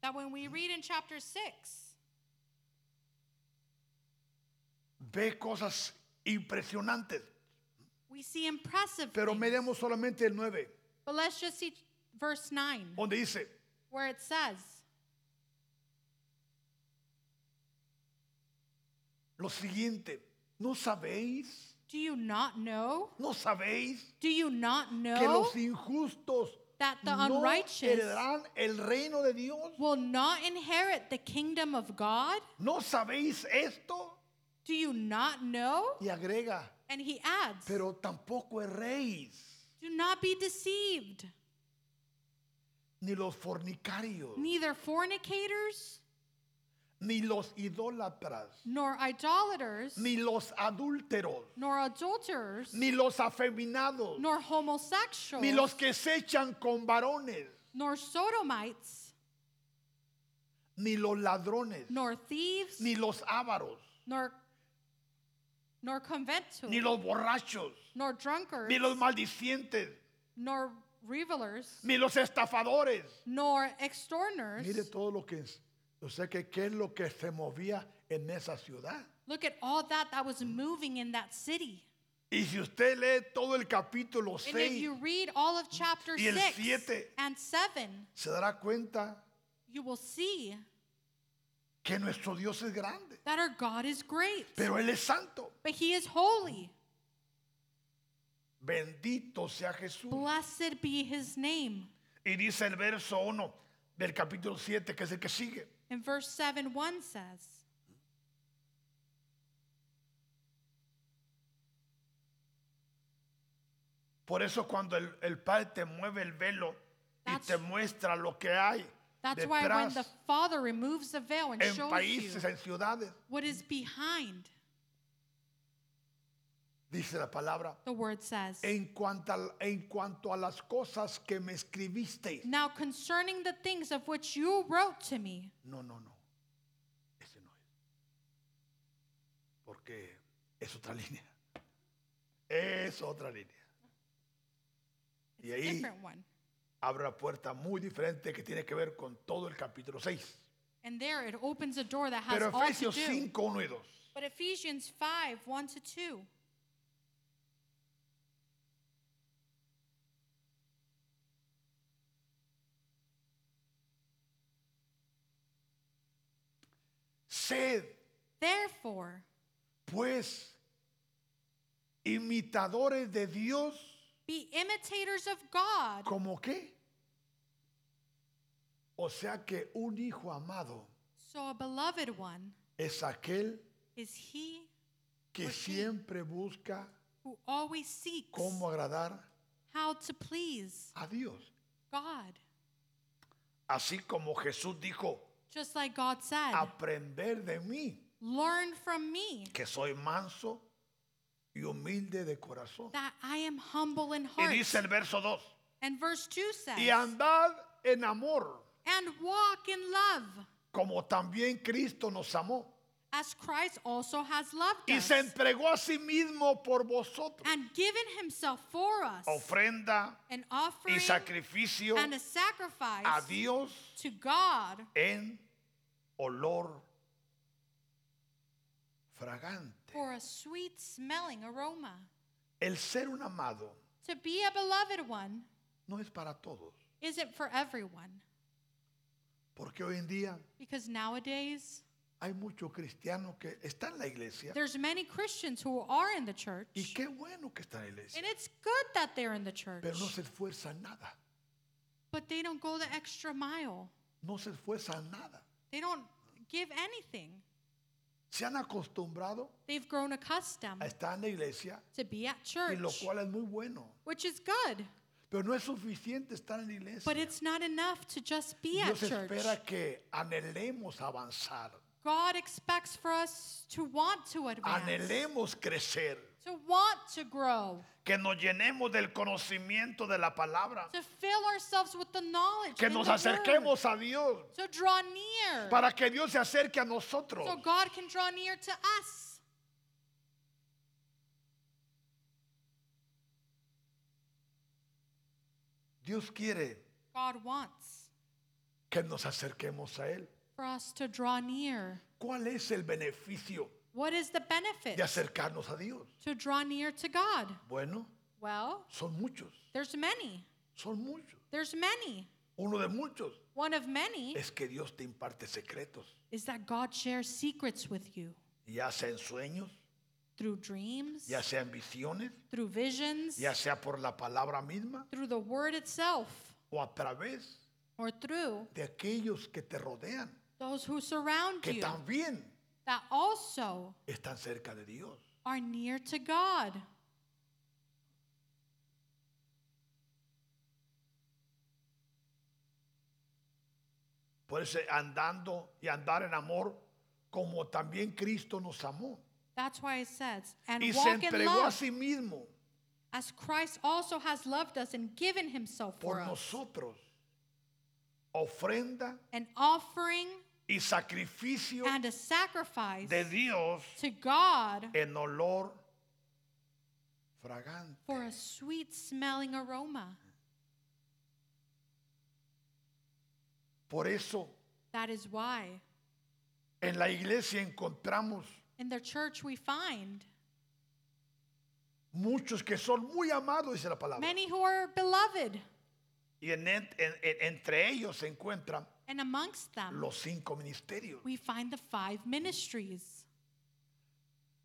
B: that when we read in chapter 6,
A: ve cosas impresionantes,
B: we see impressive
A: pero
B: things.
A: miremos solamente el 9,
B: But let's just see verse 9
A: donde dice,
B: where it says,
A: lo siguiente, ¿no sabéis?
B: Do you not know?
A: ¿No sabéis
B: Do you not
A: que
B: know
A: los injustos
B: that the
A: no
B: unrighteous
A: heredarán el reino de Dios?
B: will not inherit the kingdom of God?
A: ¿No sabéis esto?
B: Do you not know?
A: Y agrega,
B: And he adds,
A: pero tampoco erréis,
B: Do not be deceived.
A: ni los fornicarios,
B: Neither fornicators,
A: ni los idólatras,
B: nor idolaters,
A: ni los adúlteros,
B: nor adulterers,
A: ni los afeminados,
B: nor homosexuals,
A: ni los que se echan con varones,
B: nor sodomites,
A: ni los ladrones,
B: nor thieves,
A: ni los ávaros,
B: nor nor conventu,
A: ni los borrachos,
B: nor drunkards,
A: ni los maldicientes,
B: nor revelers,
A: ni los estafadores.
B: nor extortioners.
A: Mire todo lo que es. O sea que qué es lo que se movía en esa ciudad.
B: Look at all that that was moving in that city.
A: Y si usted lee todo el capítulo
B: And if
A: 6,
B: you read all of chapter
A: Y el
B: 6
A: siete.
B: and 7,
A: se dará cuenta
B: you will see
A: que nuestro Dios es grande,
B: that our God is great,
A: pero Él es santo.
B: but he is holy.
A: Bendito sea Jesús.
B: Blessed be his name.
A: Y dice el verso 1 del capítulo 7, que es el que sigue.
B: And verse 7 1 says,
A: Por eso cuando el, el Padre te mueve el velo y
B: That's-
A: te muestra lo que hay
B: That's why when the
A: detrás
B: Father removes the veil and
A: en
B: shows
A: países,
B: you
A: en ciudades,
B: what is behind,
A: dice la palabra.
B: the word says,
A: En cuanto, a, en cuanto a las cosas que me escribiste.
B: Now concerning the things of which you wrote to me,
A: No, no, no. Ese no es. Porque es otra línea. Es otra línea.
B: it's
A: Y ahí-
B: a different one.
A: Abre una puerta muy diferente que tiene que ver con todo el capítulo 6.
B: And there it opens a door that has
A: Pero
B: all to
A: Efesios
B: do.
A: 5, 1 y 2.
B: But Ephesians 5 1 to 2.
A: Sed,
B: Therefore,
A: pues, imitadores de Dios.
B: be imitators of God.
A: ¿Como qué? O sea que un hijo amado
B: So a beloved one
A: es aquel
B: is he
A: que
B: Pues sí. Pues
A: siempre busca
B: who always seeks
A: cómo agradar
B: how to please
A: a Dios.
B: God.
A: Así como Jesús dijo,
B: Just like God said,
A: aprender de mí,
B: learn from me
A: que soy manso y humilde de corazón.
B: that I am humble in
A: Y
B: heart.
A: dice el verso 2,
B: and verse 2 says,
A: y andad en amor,
B: and walk in love,
A: como también Cristo nos amó
B: as Christ also has loved
A: y
B: us,
A: se entregó a sí mismo por vosotros.
B: and given himself for us,
A: Ofrenda
B: an offering
A: y sacrificio
B: and a
A: a
B: sacrifice
A: Dios
B: to God
A: en olor fragante.
B: for a sweet smelling aroma.
A: El ser un amado
B: To be a beloved one
A: no es para todos,
B: isn't for everyone,
A: porque hoy en día
B: because nowadays
A: hay muchos cristianos que están en la iglesia
B: there's many Christians who are in the church,
A: y qué bueno que están en la iglesia,
B: and it's good that they're in the church,
A: pero no se esfuerzan nada,
B: but they don't go the extra mile.
A: no se esfuerzan nada.
B: They don't give anything.
A: Se han acostumbrado
B: They've grown
A: a
B: accustomed
A: estar en la iglesia,
B: to be at
A: y
B: church,
A: lo cual es muy bueno,
B: which is good,
A: pero no es suficiente estar en la iglesia.
B: but it's not enough to just be at
A: Dios
B: church.
A: espera que anhelemos avanzar,
B: God expects for us to want to advance,
A: anhelemos crecer,
B: to want to grow,
A: que nos llenemos del conocimiento de la palabra,
B: to fill ourselves with the knowledge,
A: que
B: in
A: nos
B: the Word,
A: acerquemos a Dios,
B: to draw near,
A: para que Dios se acerque a nosotros.
B: so God can draw near to us.
A: Dios quiere
B: God wants
A: que nos acerquemos a Él.
B: for us to draw near.
A: ¿Cuál es el beneficio
B: What is the benefit
A: de acercarnos a Dios?
B: to draw near to God?
A: Bueno,
B: Well,
A: son muchos,
B: there's many.
A: son muchos.
B: There's many.
A: Uno de muchos
B: One of many
A: es que Dios te imparte secretos
B: is that God shares secrets with you
A: ya sea en sueños,
B: through dreams,
A: ya sea en visiones,
B: through visions,
A: ya sea por la palabra misma
B: through the word itself,
A: o a través
B: or through
A: de aquellos que te rodean,
B: those who surround
A: que
B: you
A: también
B: that also
A: están cerca de Dios.
B: are near to God.
A: Por eso andando y andar en amor, como también Cristo nos amó
B: That's why it says, and
A: y se
B: walk in
A: entregó a
B: love
A: sí mismo
B: as Christ also has loved us and given himself for
A: por
B: us,
A: nosotros, ofrenda
B: an offering
A: y sacrificio
B: and a sacrifice
A: de Dios Eh.
B: to God
A: en olor fragante.
B: for a sweet smelling aroma.
A: Por eso
B: That is why
A: en la iglesia encontramos
B: in the church we find
A: muchos que son muy amados, dice la palabra.
B: many who are beloved,
A: Y en- en- en- entre ellos se encuentran
B: and amongst them
A: los cinco ministerios.
B: we find the five ministries.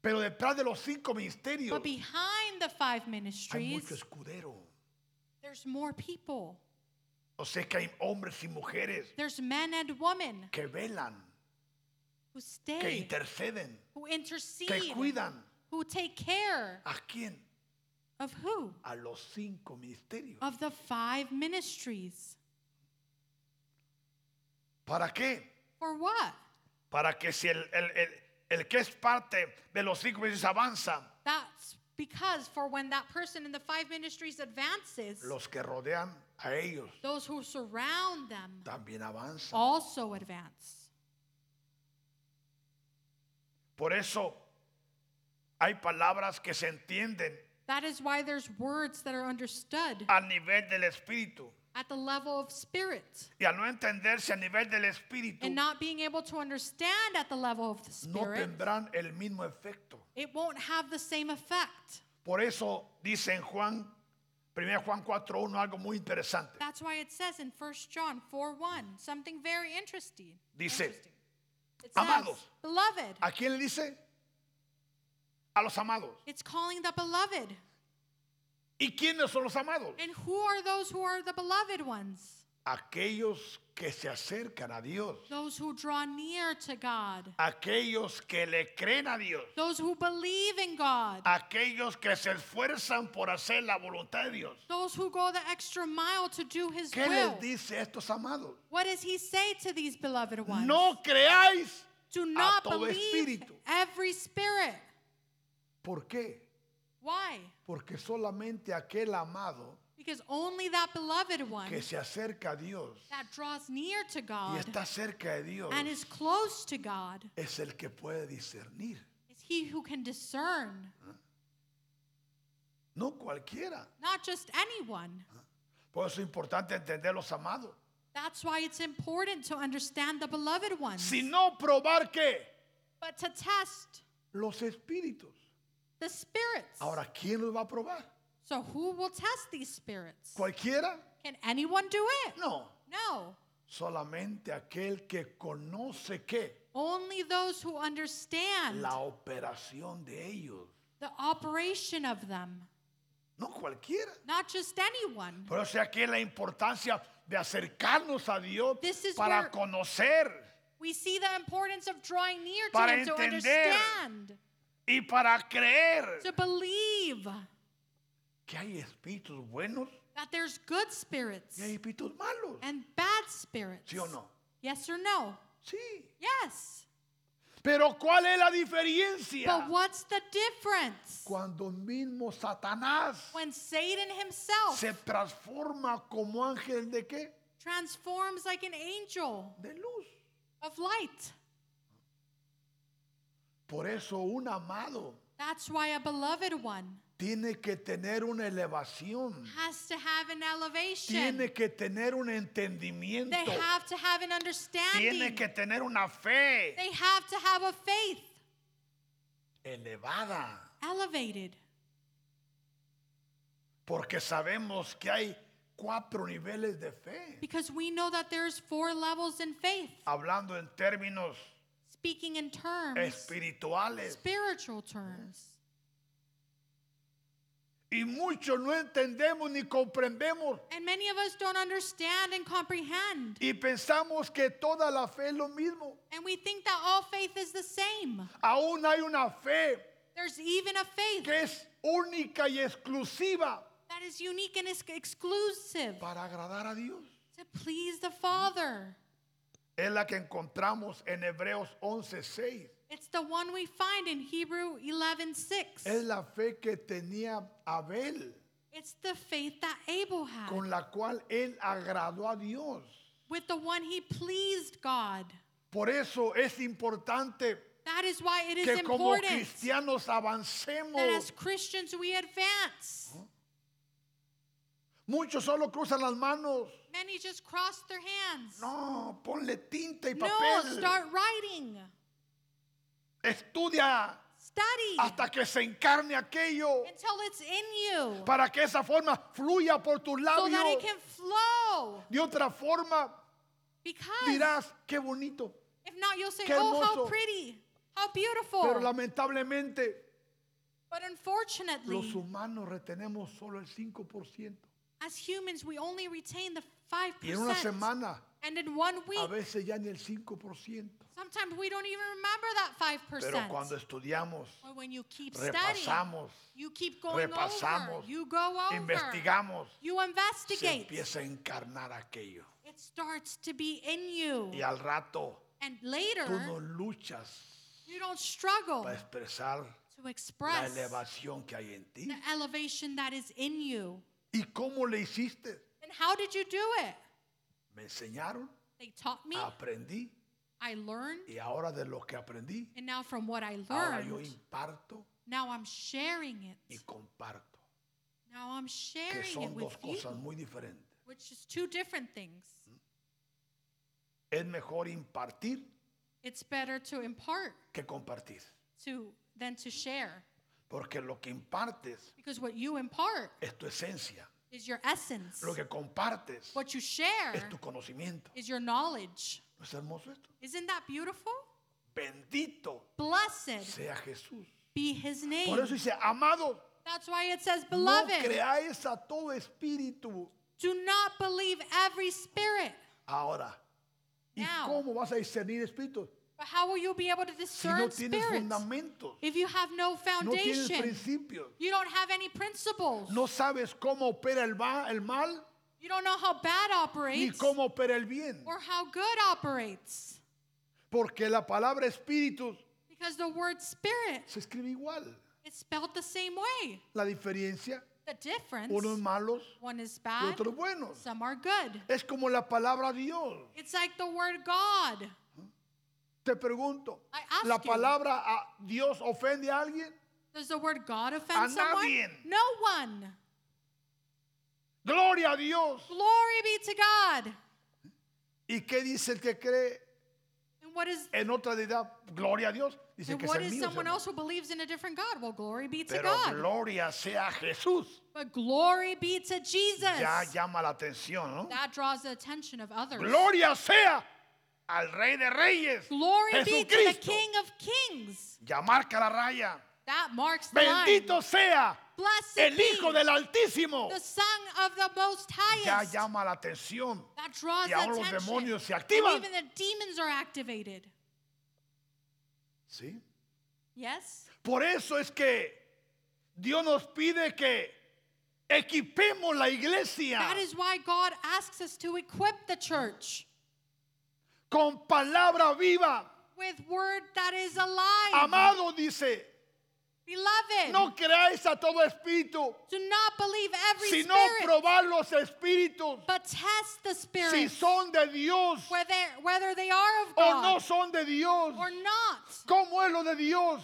A: Pero detrás de los cinco ministerios
B: But behind the five
A: hay
B: ministries,
A: mucho escudero.
B: there's more people.
A: O sea que hay hombres y mujeres
B: There's men and women
A: que velan, que
B: who stay,
A: interceden,
B: who
A: que
B: intercede,
A: cuidan.
B: who take care
A: ¿A quién?
B: of who?
A: A los cinco ministerios.
B: Of the five ministries.
A: ¿Para qué?
B: For what?
A: Para que si el, el- el- el que es parte de los cinco ministerios avanza,
B: That's because for when that person in the five ministries advances,
A: los que rodean a ellos
B: those who surround them
A: también
B: Oh.
A: avanzan.
B: also advance.
A: Por eso hay palabras que se entienden
B: That is why there's words that are understood
A: a nivel del espíritu.
B: at the level of spirit.
A: Y al no entenderse a nivel del espíritu,
B: And not being able to understand at the level of the
A: no
B: spirit,
A: tendrán el mismo efecto.
B: it won't have the same effect.
A: Por eso dice en Juan, 1 Juan 4.1 algo muy interesante.
B: That's why it says in 1 John 4 1, something very interesting.
A: Dice,
B: interesting. It says,
A: "Amados."
B: Beloved.
A: ¿A quién le dice? A los amados.
B: It's calling the beloved.
A: ¿Y quiénes son los amados?
B: And who are those who are the beloved ones?
A: Aquellos que se acercan a Dios,
B: those who draw near to God,
A: aquellos que le creen a Dios,
B: those who believe in God,
A: aquellos que se esfuerzan por hacer la voluntad de Dios.
B: those who go the extra mile to do His
A: ¿Qué
B: will.
A: les dice a estos amados?
B: What does He say to these beloved ones?
A: No creáis.
B: Do not
A: todo
B: believe
A: espíritu.
B: every spirit.
A: ¿Por qué?
B: Why?
A: Porque solamente aquel amado
B: Because only that beloved one
A: que se acerca a Dios
B: that draws near to
A: y
B: God
A: está cerca de Dios
B: and is close to God
A: es el que puede discernir.
B: is he who can discern,
A: No cualquiera.
B: not just anyone.
A: Por eso es importante entender los amados.
B: That's why it's important to understand the beloved ones,
A: Sino probar qué?
B: but to test
A: Los espíritus.
B: the spirits.
A: Ahora, ¿quién los va a probar?
B: So who will test these spirits?
A: ¿Cualquiera?
B: Can anyone do it?
A: No.
B: No.
A: Solamente aquel que conoce qué?
B: Only those who understand
A: La operación de ellos.
B: the operation of them,
A: No cualquiera.
B: not just anyone.
A: Pero o sea aquí la importancia de acercarnos a Dios
B: This is
A: para
B: where-
A: conocer
B: We see the importance of drawing near to
A: Para
B: Him to
A: entender.
B: understand,
A: y para creer
B: to believe
A: que hay espíritus buenos
B: that there's good
A: y
B: spirits
A: hay espíritus malos.
B: and bad spirits.
A: ¿Sí o no?
B: Yes or no?
A: Sí.
B: Yes.
A: Pero ¿cuál es la diferencia?
B: But what's the difference
A: Cuando mismo Satanás
B: when Satan himself
A: se transforma como ángel de qué?
B: transforms like an angel
A: De luz.
B: of light?
A: Por eso un amado
B: That's why a beloved one
A: tiene que tener una elevación,
B: has to have an elevation.
A: tiene que tener un
B: They
A: entendimiento,
B: have to have an
A: tiene
B: understanding.
A: que tener una fe
B: They have to have a faith
A: elevada,
B: elevated.
A: porque sabemos que hay cuatro niveles de fe.
B: Because we know that there's four levels in faith,
A: Hablando en términos
B: speaking in terms,
A: espirituales.
B: spiritual terms.
A: Y muchos no entendemos ni comprendemos
B: And many of us don't understand and comprehend.
A: y pensamos que toda la fe es lo mismo.
B: And we think that all faith is the same.
A: Aún hay una fe
B: There's even a faith
A: que es única y exclusiva
B: that is unique and is exclusive
A: para agradar a Dios.
B: to please the Father.
A: Es la que encontramos en Hebreos 11:6.
B: It's the one we find in Hebrew 11:6.
A: Es la fe que tenía Abel,
B: It's the faith that Abel had
A: con la cual él agradó a Dios.
B: with the one he pleased God.
A: Por eso es importante
B: That is why it is
A: que como
B: important
A: cristianos
B: that as
A: avancemos.
B: Christians we advance.
A: Muchos solo cruzan las manos.
B: Many just cross their hands.
A: No, ponle tinta y
B: No,
A: papel.
B: start writing.
A: Estudia
B: Study
A: hasta que se encarne aquello
B: until it's in you
A: para que esa forma fluya por tus
B: so that it
A: labios.
B: can flow.
A: De otra forma
B: Because
A: dirás, qué bonito.
B: if not, you'll say,
A: qué
B: oh, how
A: hermoso."
B: pretty, how
A: Pero
B: beautiful.
A: lamentablemente
B: But
A: los
B: unfortunately,
A: humanos retenemos solo el 5%.
B: as humans, we only retain the
A: Y en una
B: 5%.
A: semana
B: And in one
A: a
B: week,
A: veces ya ni el 5%.
B: sometimes we don't even remember
A: Pero
B: that 5%.
A: cuando estudiamos,
B: But when you keep studying,
A: repasamos,
B: you keep going over,
A: repasamos,
B: you go over,
A: investigamos,
B: you
A: se
B: investigate.
A: empieza a encarnar aquello.
B: It starts to be in you.
A: Y al rato
B: And
A: tú
B: later,
A: no luchas
B: you don't struggle
A: para expresar
B: to
A: la
B: express the
A: elevación que hay en ti.
B: elevation that is in you.
A: ¿Y cómo le hiciste?
B: And how did you do it?
A: Me enseñaron,
B: They taught me,
A: aprendí
B: I learned,
A: y ahora de lo que aprendí,
B: and now from what I
A: ahora yo
B: learned,
A: imparto
B: now I'm sharing
A: y
B: it.
A: comparto,
B: Now I'm
A: que
B: sharing it
A: son
B: with
A: dos
B: you,
A: cosas muy diferentes.
B: which is two different things.
A: Es mejor impartir
B: It's better to impart
A: que compartir,
B: to than to share,
A: porque lo que impartes
B: because what you impart
A: es tu esencia,
B: is your essence.
A: lo que compartes
B: What you share
A: es tu conocimiento.
B: is your knowledge.
A: ¿No es hermoso esto?
B: Isn't that beautiful?
A: Bendito
B: Blessed
A: sea Jesús.
B: be his name.
A: Por eso dice, amados,
B: That's why it says,
A: no
B: Beloved,
A: creáis a todo espíritu.
B: do not believe every spirit.
A: Ahora, ¿Y
B: now.
A: cómo vas a discernir espíritus?
B: But how will you be able to
A: Si no tienes
B: discern spirits
A: fundamentos,
B: if you have no
A: no tienes
B: foundation?
A: principios,
B: You don't have any principles.
A: no sabes cómo opera el, va- el mal
B: You don't know how bad
A: ni
B: operates
A: cómo opera el bien.
B: or how good operates.
A: Porque la palabra espíritus
B: Because the word spirit
A: se escribe igual.
B: is spelled the same way.
A: La diferencia,
B: The difference
A: unos malos
B: one is
A: y
B: bad,
A: otros buenos.
B: some are good.
A: Es como la palabra Dios.
B: It's like the word God.
A: Te pregunto,
B: I ask
A: ¿la
B: you.
A: palabra a Dios ofende a alguien?
B: Does the word God offend
A: A
B: someone?
A: nadie.
B: No one.
A: Gloria a Dios.
B: Glory be to God.
A: ¿Y qué dice el que cree
B: And what is
A: en otra deidad? Gloria a Dios. Dice
B: and
A: que es
B: what
A: el
B: is
A: mío.
B: someone
A: Señor.
B: else who believes in a different God? Well, glory be to
A: Pero
B: God.
A: gloria sea a Jesús.
B: but glory be to Jesus.
A: Ya llama la atención, ¿no?
B: That draws the attention of others.
A: Gloria sea al Rey de Reyes.
B: Glory be to the
A: Jesucristo.
B: King of Kings.
A: Ya marca la raya.
B: That marks the line.
A: Bendito sea
B: Blessed
A: el
B: be
A: Hijo del Altísimo.
B: the Son of the Most
A: Ya
B: Highest.
A: llama la atención.
B: That draws
A: Y ahora los
B: attention.
A: demonios se
B: And
A: activan.
B: Even the demons are activated.
A: ¿Sí?
B: Yes?
A: Por eso es que Dios nos pide que equipemos la iglesia
B: That is why God asks us to equip the church
A: con palabra viva.
B: with word that is alive.
A: Amado dice,
B: Beloved,
A: no creáis a todo espíritu,
B: do not believe every
A: sino
B: spirit,
A: probar los espíritus
B: but test the
A: si
B: spirit
A: son de Dios
B: whether, whether they are of
A: o
B: God
A: no son de Dios.
B: or not.
A: ¿Cómo es lo de Dios?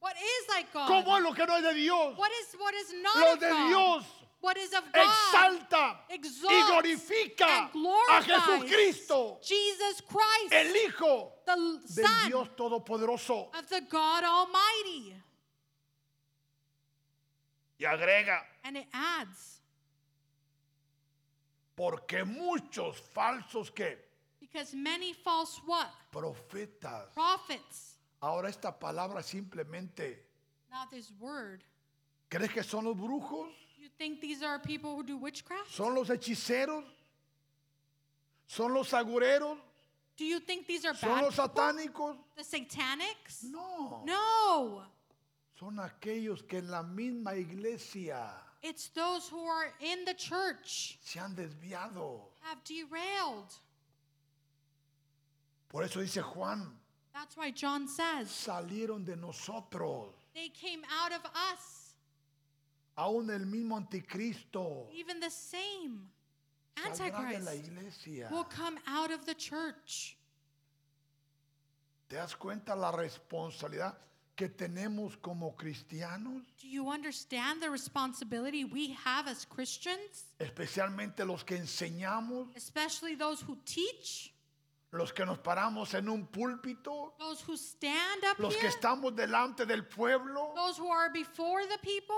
B: What is like God?
A: ¿Cómo es lo que no es de Dios?
B: What is what is not
A: Lo
B: of
A: de
B: God?
A: Dios
B: what is of God?
A: exalta y
B: exalts
A: glorifica
B: and
A: a
B: glorifies
A: Jesucristo,
B: Jesus Christ,
A: el Hijo
B: the L-
A: del
B: Son
A: Dios Todopoderoso.
B: of the God Almighty.
A: Y agrega,
B: And it adds,
A: porque muchos falsos que
B: because many false what?
A: profetas.
B: Prophets.
A: Ahora esta palabra simplemente,
B: Now this word.
A: ¿crees que son los brujos?
B: You think these are people who do witchcraft?
A: ¿Son los hechiceros? ¿Son los agureros?
B: do you think these are
A: ¿Son
B: bad?
A: los satánicos?
B: the satanics?
A: No.
B: No.
A: Son aquellos que en la misma iglesia
B: It's those who are in the church
A: se han desviado.
B: have derailed.
A: Por eso dice Juan,
B: That's why John says.
A: salieron de nosotros.
B: They came out of us,
A: Aún el mismo anticristo
B: even the same.
A: saldrá de la
B: Antichrist
A: iglesia.
B: will come out of the church.
A: ¿Te das cuenta la responsabilidad que tenemos como cristianos?
B: Do you understand the responsibility we have as Christians,
A: Especialmente los que enseñamos,
B: especially those who teach,
A: los que nos paramos en un púlpito,
B: those who stand up
A: los que
B: here,
A: estamos delante del pueblo,
B: those who are before the people?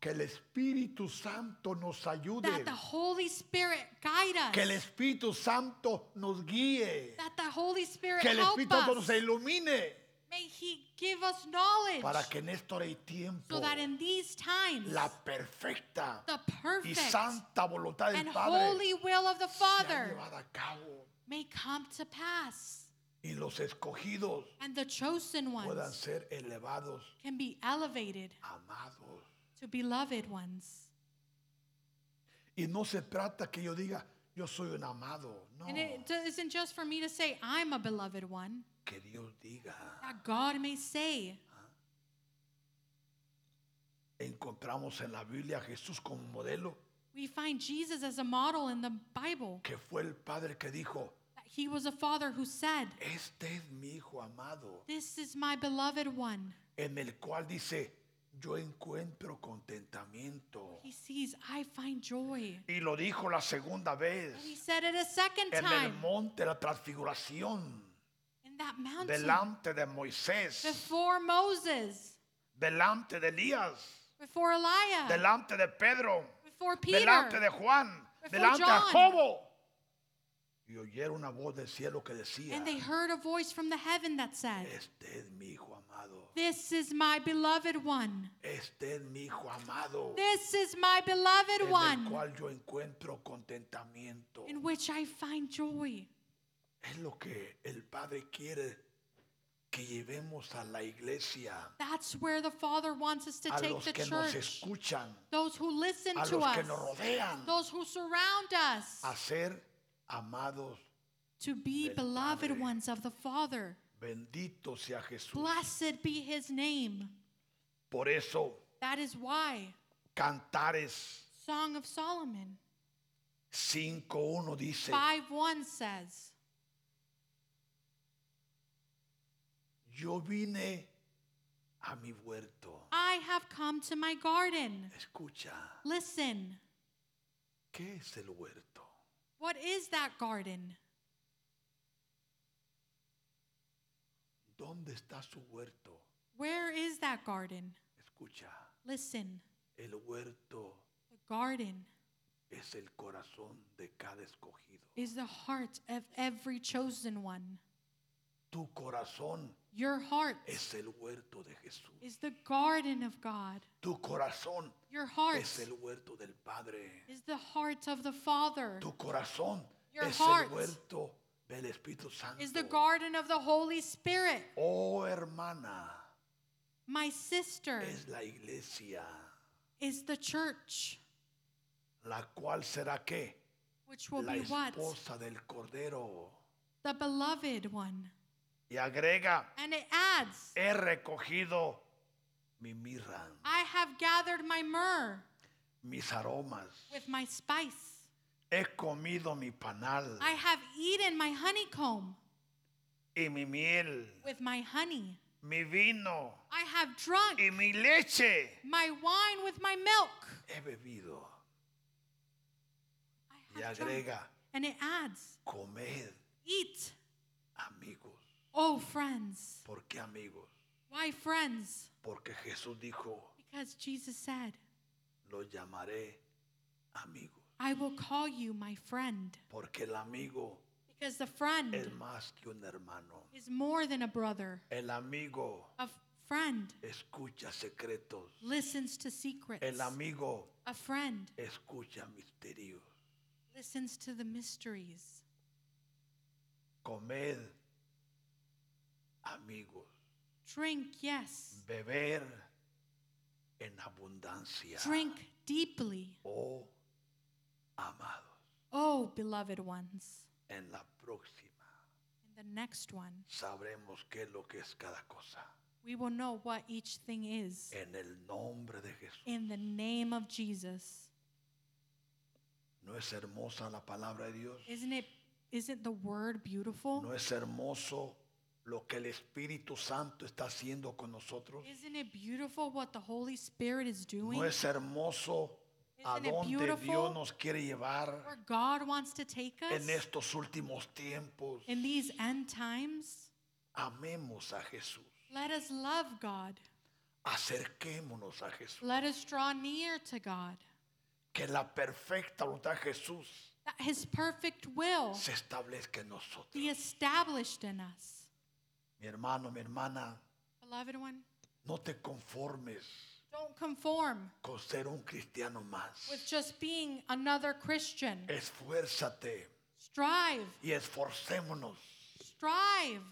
A: que el Espíritu Santo nos ayude,
B: That the Holy Spirit guide us.
A: que el Espíritu Santo nos guíe,
B: that the Holy Spirit
A: que el
B: help
A: Espíritu Santo
B: us.
A: nos ilumine,
B: May He give us knowledge
A: para que en esto hay tiempo
B: so that in these times,
A: la perfecta
B: the
A: y
B: perfect
A: santa voluntad
B: and
A: del Padre
B: holy will of the
A: sea
B: Father
A: llevada a cabo
B: may come to pass,
A: y los escogidos
B: and the chosen
A: puedan
B: ones
A: ser elevados,
B: can be elevated
A: amados.
B: to beloved ones.
A: Y no se trata que yo diga, yo soy un amado. No,
B: And it do- isn't just for me to say, I'm a beloved one,
A: que Dios diga.
B: that God may say.
A: Encontramos en la Biblia a Jesús como modelo,
B: We find Jesus as a model in the Bible,
A: que fue el Padre que dijo,
B: that he was a father who said,
A: este es mi Hijo amado,
B: This is my beloved one.
A: en el cual dice, yo encuentro contentamiento.
B: He sees, I find joy.
A: Y lo dijo la segunda
B: And he
A: vez,
B: said it a second
A: en el
B: time
A: monte de la transfiguración,
B: in that mountain
A: delante de Moisés,
B: before Moses,
A: delante de Elías,
B: before Eliah,
A: delante de Pedro,
B: before Peter.
A: delante de Juan,
B: Before
A: delante de
B: John.
A: Jacobo. Y oyeron una voz del cielo que decía,
B: And they heard a voice from the heaven that said,
A: este es mi hijo amado,
B: This is my beloved one.
A: este es mi hijo amado,
B: This is my beloved
A: en el
B: one,
A: cual yo encuentro contentamiento.
B: in which I find joy.
A: Es lo que el Padre quiere que llevemos a la iglesia,
B: That's where the Father wants us to
A: a
B: take
A: los
B: the
A: que nos
B: church,
A: escuchan,
B: those who listen
A: a
B: to
A: los que
B: us,
A: nos rodean,
B: those who surround us,
A: a ser amados.
B: to be
A: del
B: beloved
A: Padre.
B: ones of the Father.
A: Bendito sea Jesús.
B: Blessed be his name.
A: Por eso,
B: That is why
A: Cantares
B: Song of Solomon
A: 5.1 dice,
B: 5 1 says,
A: yo vine a mi huerto.
B: I have come to my garden.
A: Escucha,
B: Listen,
A: ¿qué es el huerto?
B: what is that garden?
A: ¿Dónde está su huerto?
B: Where is that garden?
A: Escucha,
B: Listen,
A: el huerto
B: the garden
A: es el corazón de cada escogido.
B: is the heart of every chosen one.
A: Tu corazón
B: Your heart
A: es el huerto de Jesús.
B: is the garden of God.
A: Tu corazón
B: Your heart
A: es el huerto del Padre.
B: is the heart of the Father,
A: Tu corazón
B: Your
A: es
B: heart
A: el huerto del Espíritu Santo.
B: is the garden of the Holy Spirit.
A: Oh, hermana,
B: My sister
A: es la iglesia,
B: is the church,
A: la cual será qué?
B: which will
A: la
B: be what?
A: esposa del Cordero.
B: The beloved one.
A: Y agrega,
B: And it adds,
A: he recogido mi mirra,
B: I have gathered my myrrh
A: mis aromas,
B: with my spice.
A: he comido mi panal
B: I have eaten my honeycomb
A: y mi miel,
B: with my honey.
A: mi vino
B: I have drunk
A: y mi leche.
B: my wine with my milk.
A: He bebido. Y
B: I have drunk.
A: agrega,
B: And it adds,
A: comed
B: eat,
A: amigos.
B: oh friends.
A: ¿Por qué amigos?
B: Why friends?
A: Porque Jesús dijo,
B: Because Jesus said,
A: los llamaré amigos.
B: I will call you my friend.
A: Porque el amigo
B: Because the friend
A: es más que un hermano.
B: is more than a brother.
A: El amigo
B: A friend
A: escucha secretos.
B: listens to secrets.
A: El amigo
B: A friend
A: escucha misterios.
B: listens to the mysteries.
A: Comed amigos.
B: Drink, yes.
A: Beber en abundancia.
B: Drink deeply,
A: Oh, amados,
B: oh beloved ones.
A: en la próxima
B: In the next one,
A: sabremos qué es lo que es cada cosa.
B: we will know what each thing is.
A: En el nombre de Jesús.
B: In the name of Jesus.
A: ¿No es hermosa la palabra de Dios?
B: Isn't it isn't the word beautiful?
A: ¿No es hermoso lo que el Espíritu Santo está haciendo con nosotros?
B: Isn't it beautiful what the Holy Spirit is doing?
A: ¿No es hermoso a
B: Isn't it
A: dónde Dios
B: beautiful?
A: nos quiere llevar
B: Where God wants to take
A: en
B: us
A: estos últimos tiempos?
B: in these end times?
A: Amemos a Jesús.
B: Let us love God.
A: Acerquémonos a Jesús.
B: Let us draw near to God.
A: Que la perfecta voluntad de Jesús
B: That his perfect will
A: se establezca en nosotros.
B: be established in us.
A: Mi hermano, mi hermana,
B: Beloved one,
A: no te conformes
B: don't conform
A: con ser un cristiano más.
B: with just being another Christian.
A: Esfuérzate
B: Strive,
A: y esforcémonos.
B: strive,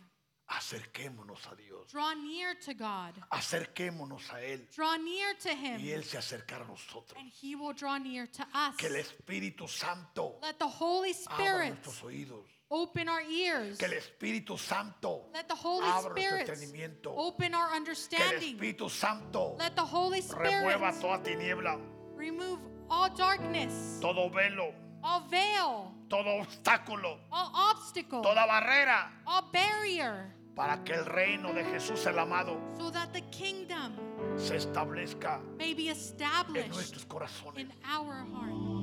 A: Acerquémonos a Dios.
B: draw near to God.
A: Acerquémonos a Él
B: Draw near to him,
A: y Él se acercará a nosotros.
B: and he will draw near to us.
A: Que el Espíritu Santo
B: Let the Holy
A: abra
B: Spirit
A: nuestros oídos.
B: open our ears.
A: Que el Espíritu Santo
B: Let the Holy
A: abra nuestro
B: Spirit
A: entendimiento.
B: open our
A: Que el
B: understanding.
A: Espíritu Santo
B: Let the Holy Spirit
A: remueva toda tiniebla,
B: remove all darkness,
A: todo velo,
B: all veil,
A: todo obstáculo,
B: all obstacle,
A: toda barrera,
B: all barrier,
A: para que el reino de Jesús el amado
B: so that the kingdom
A: se establezca
B: may be
A: en
B: established
A: nuestros corazones.
B: in our heart.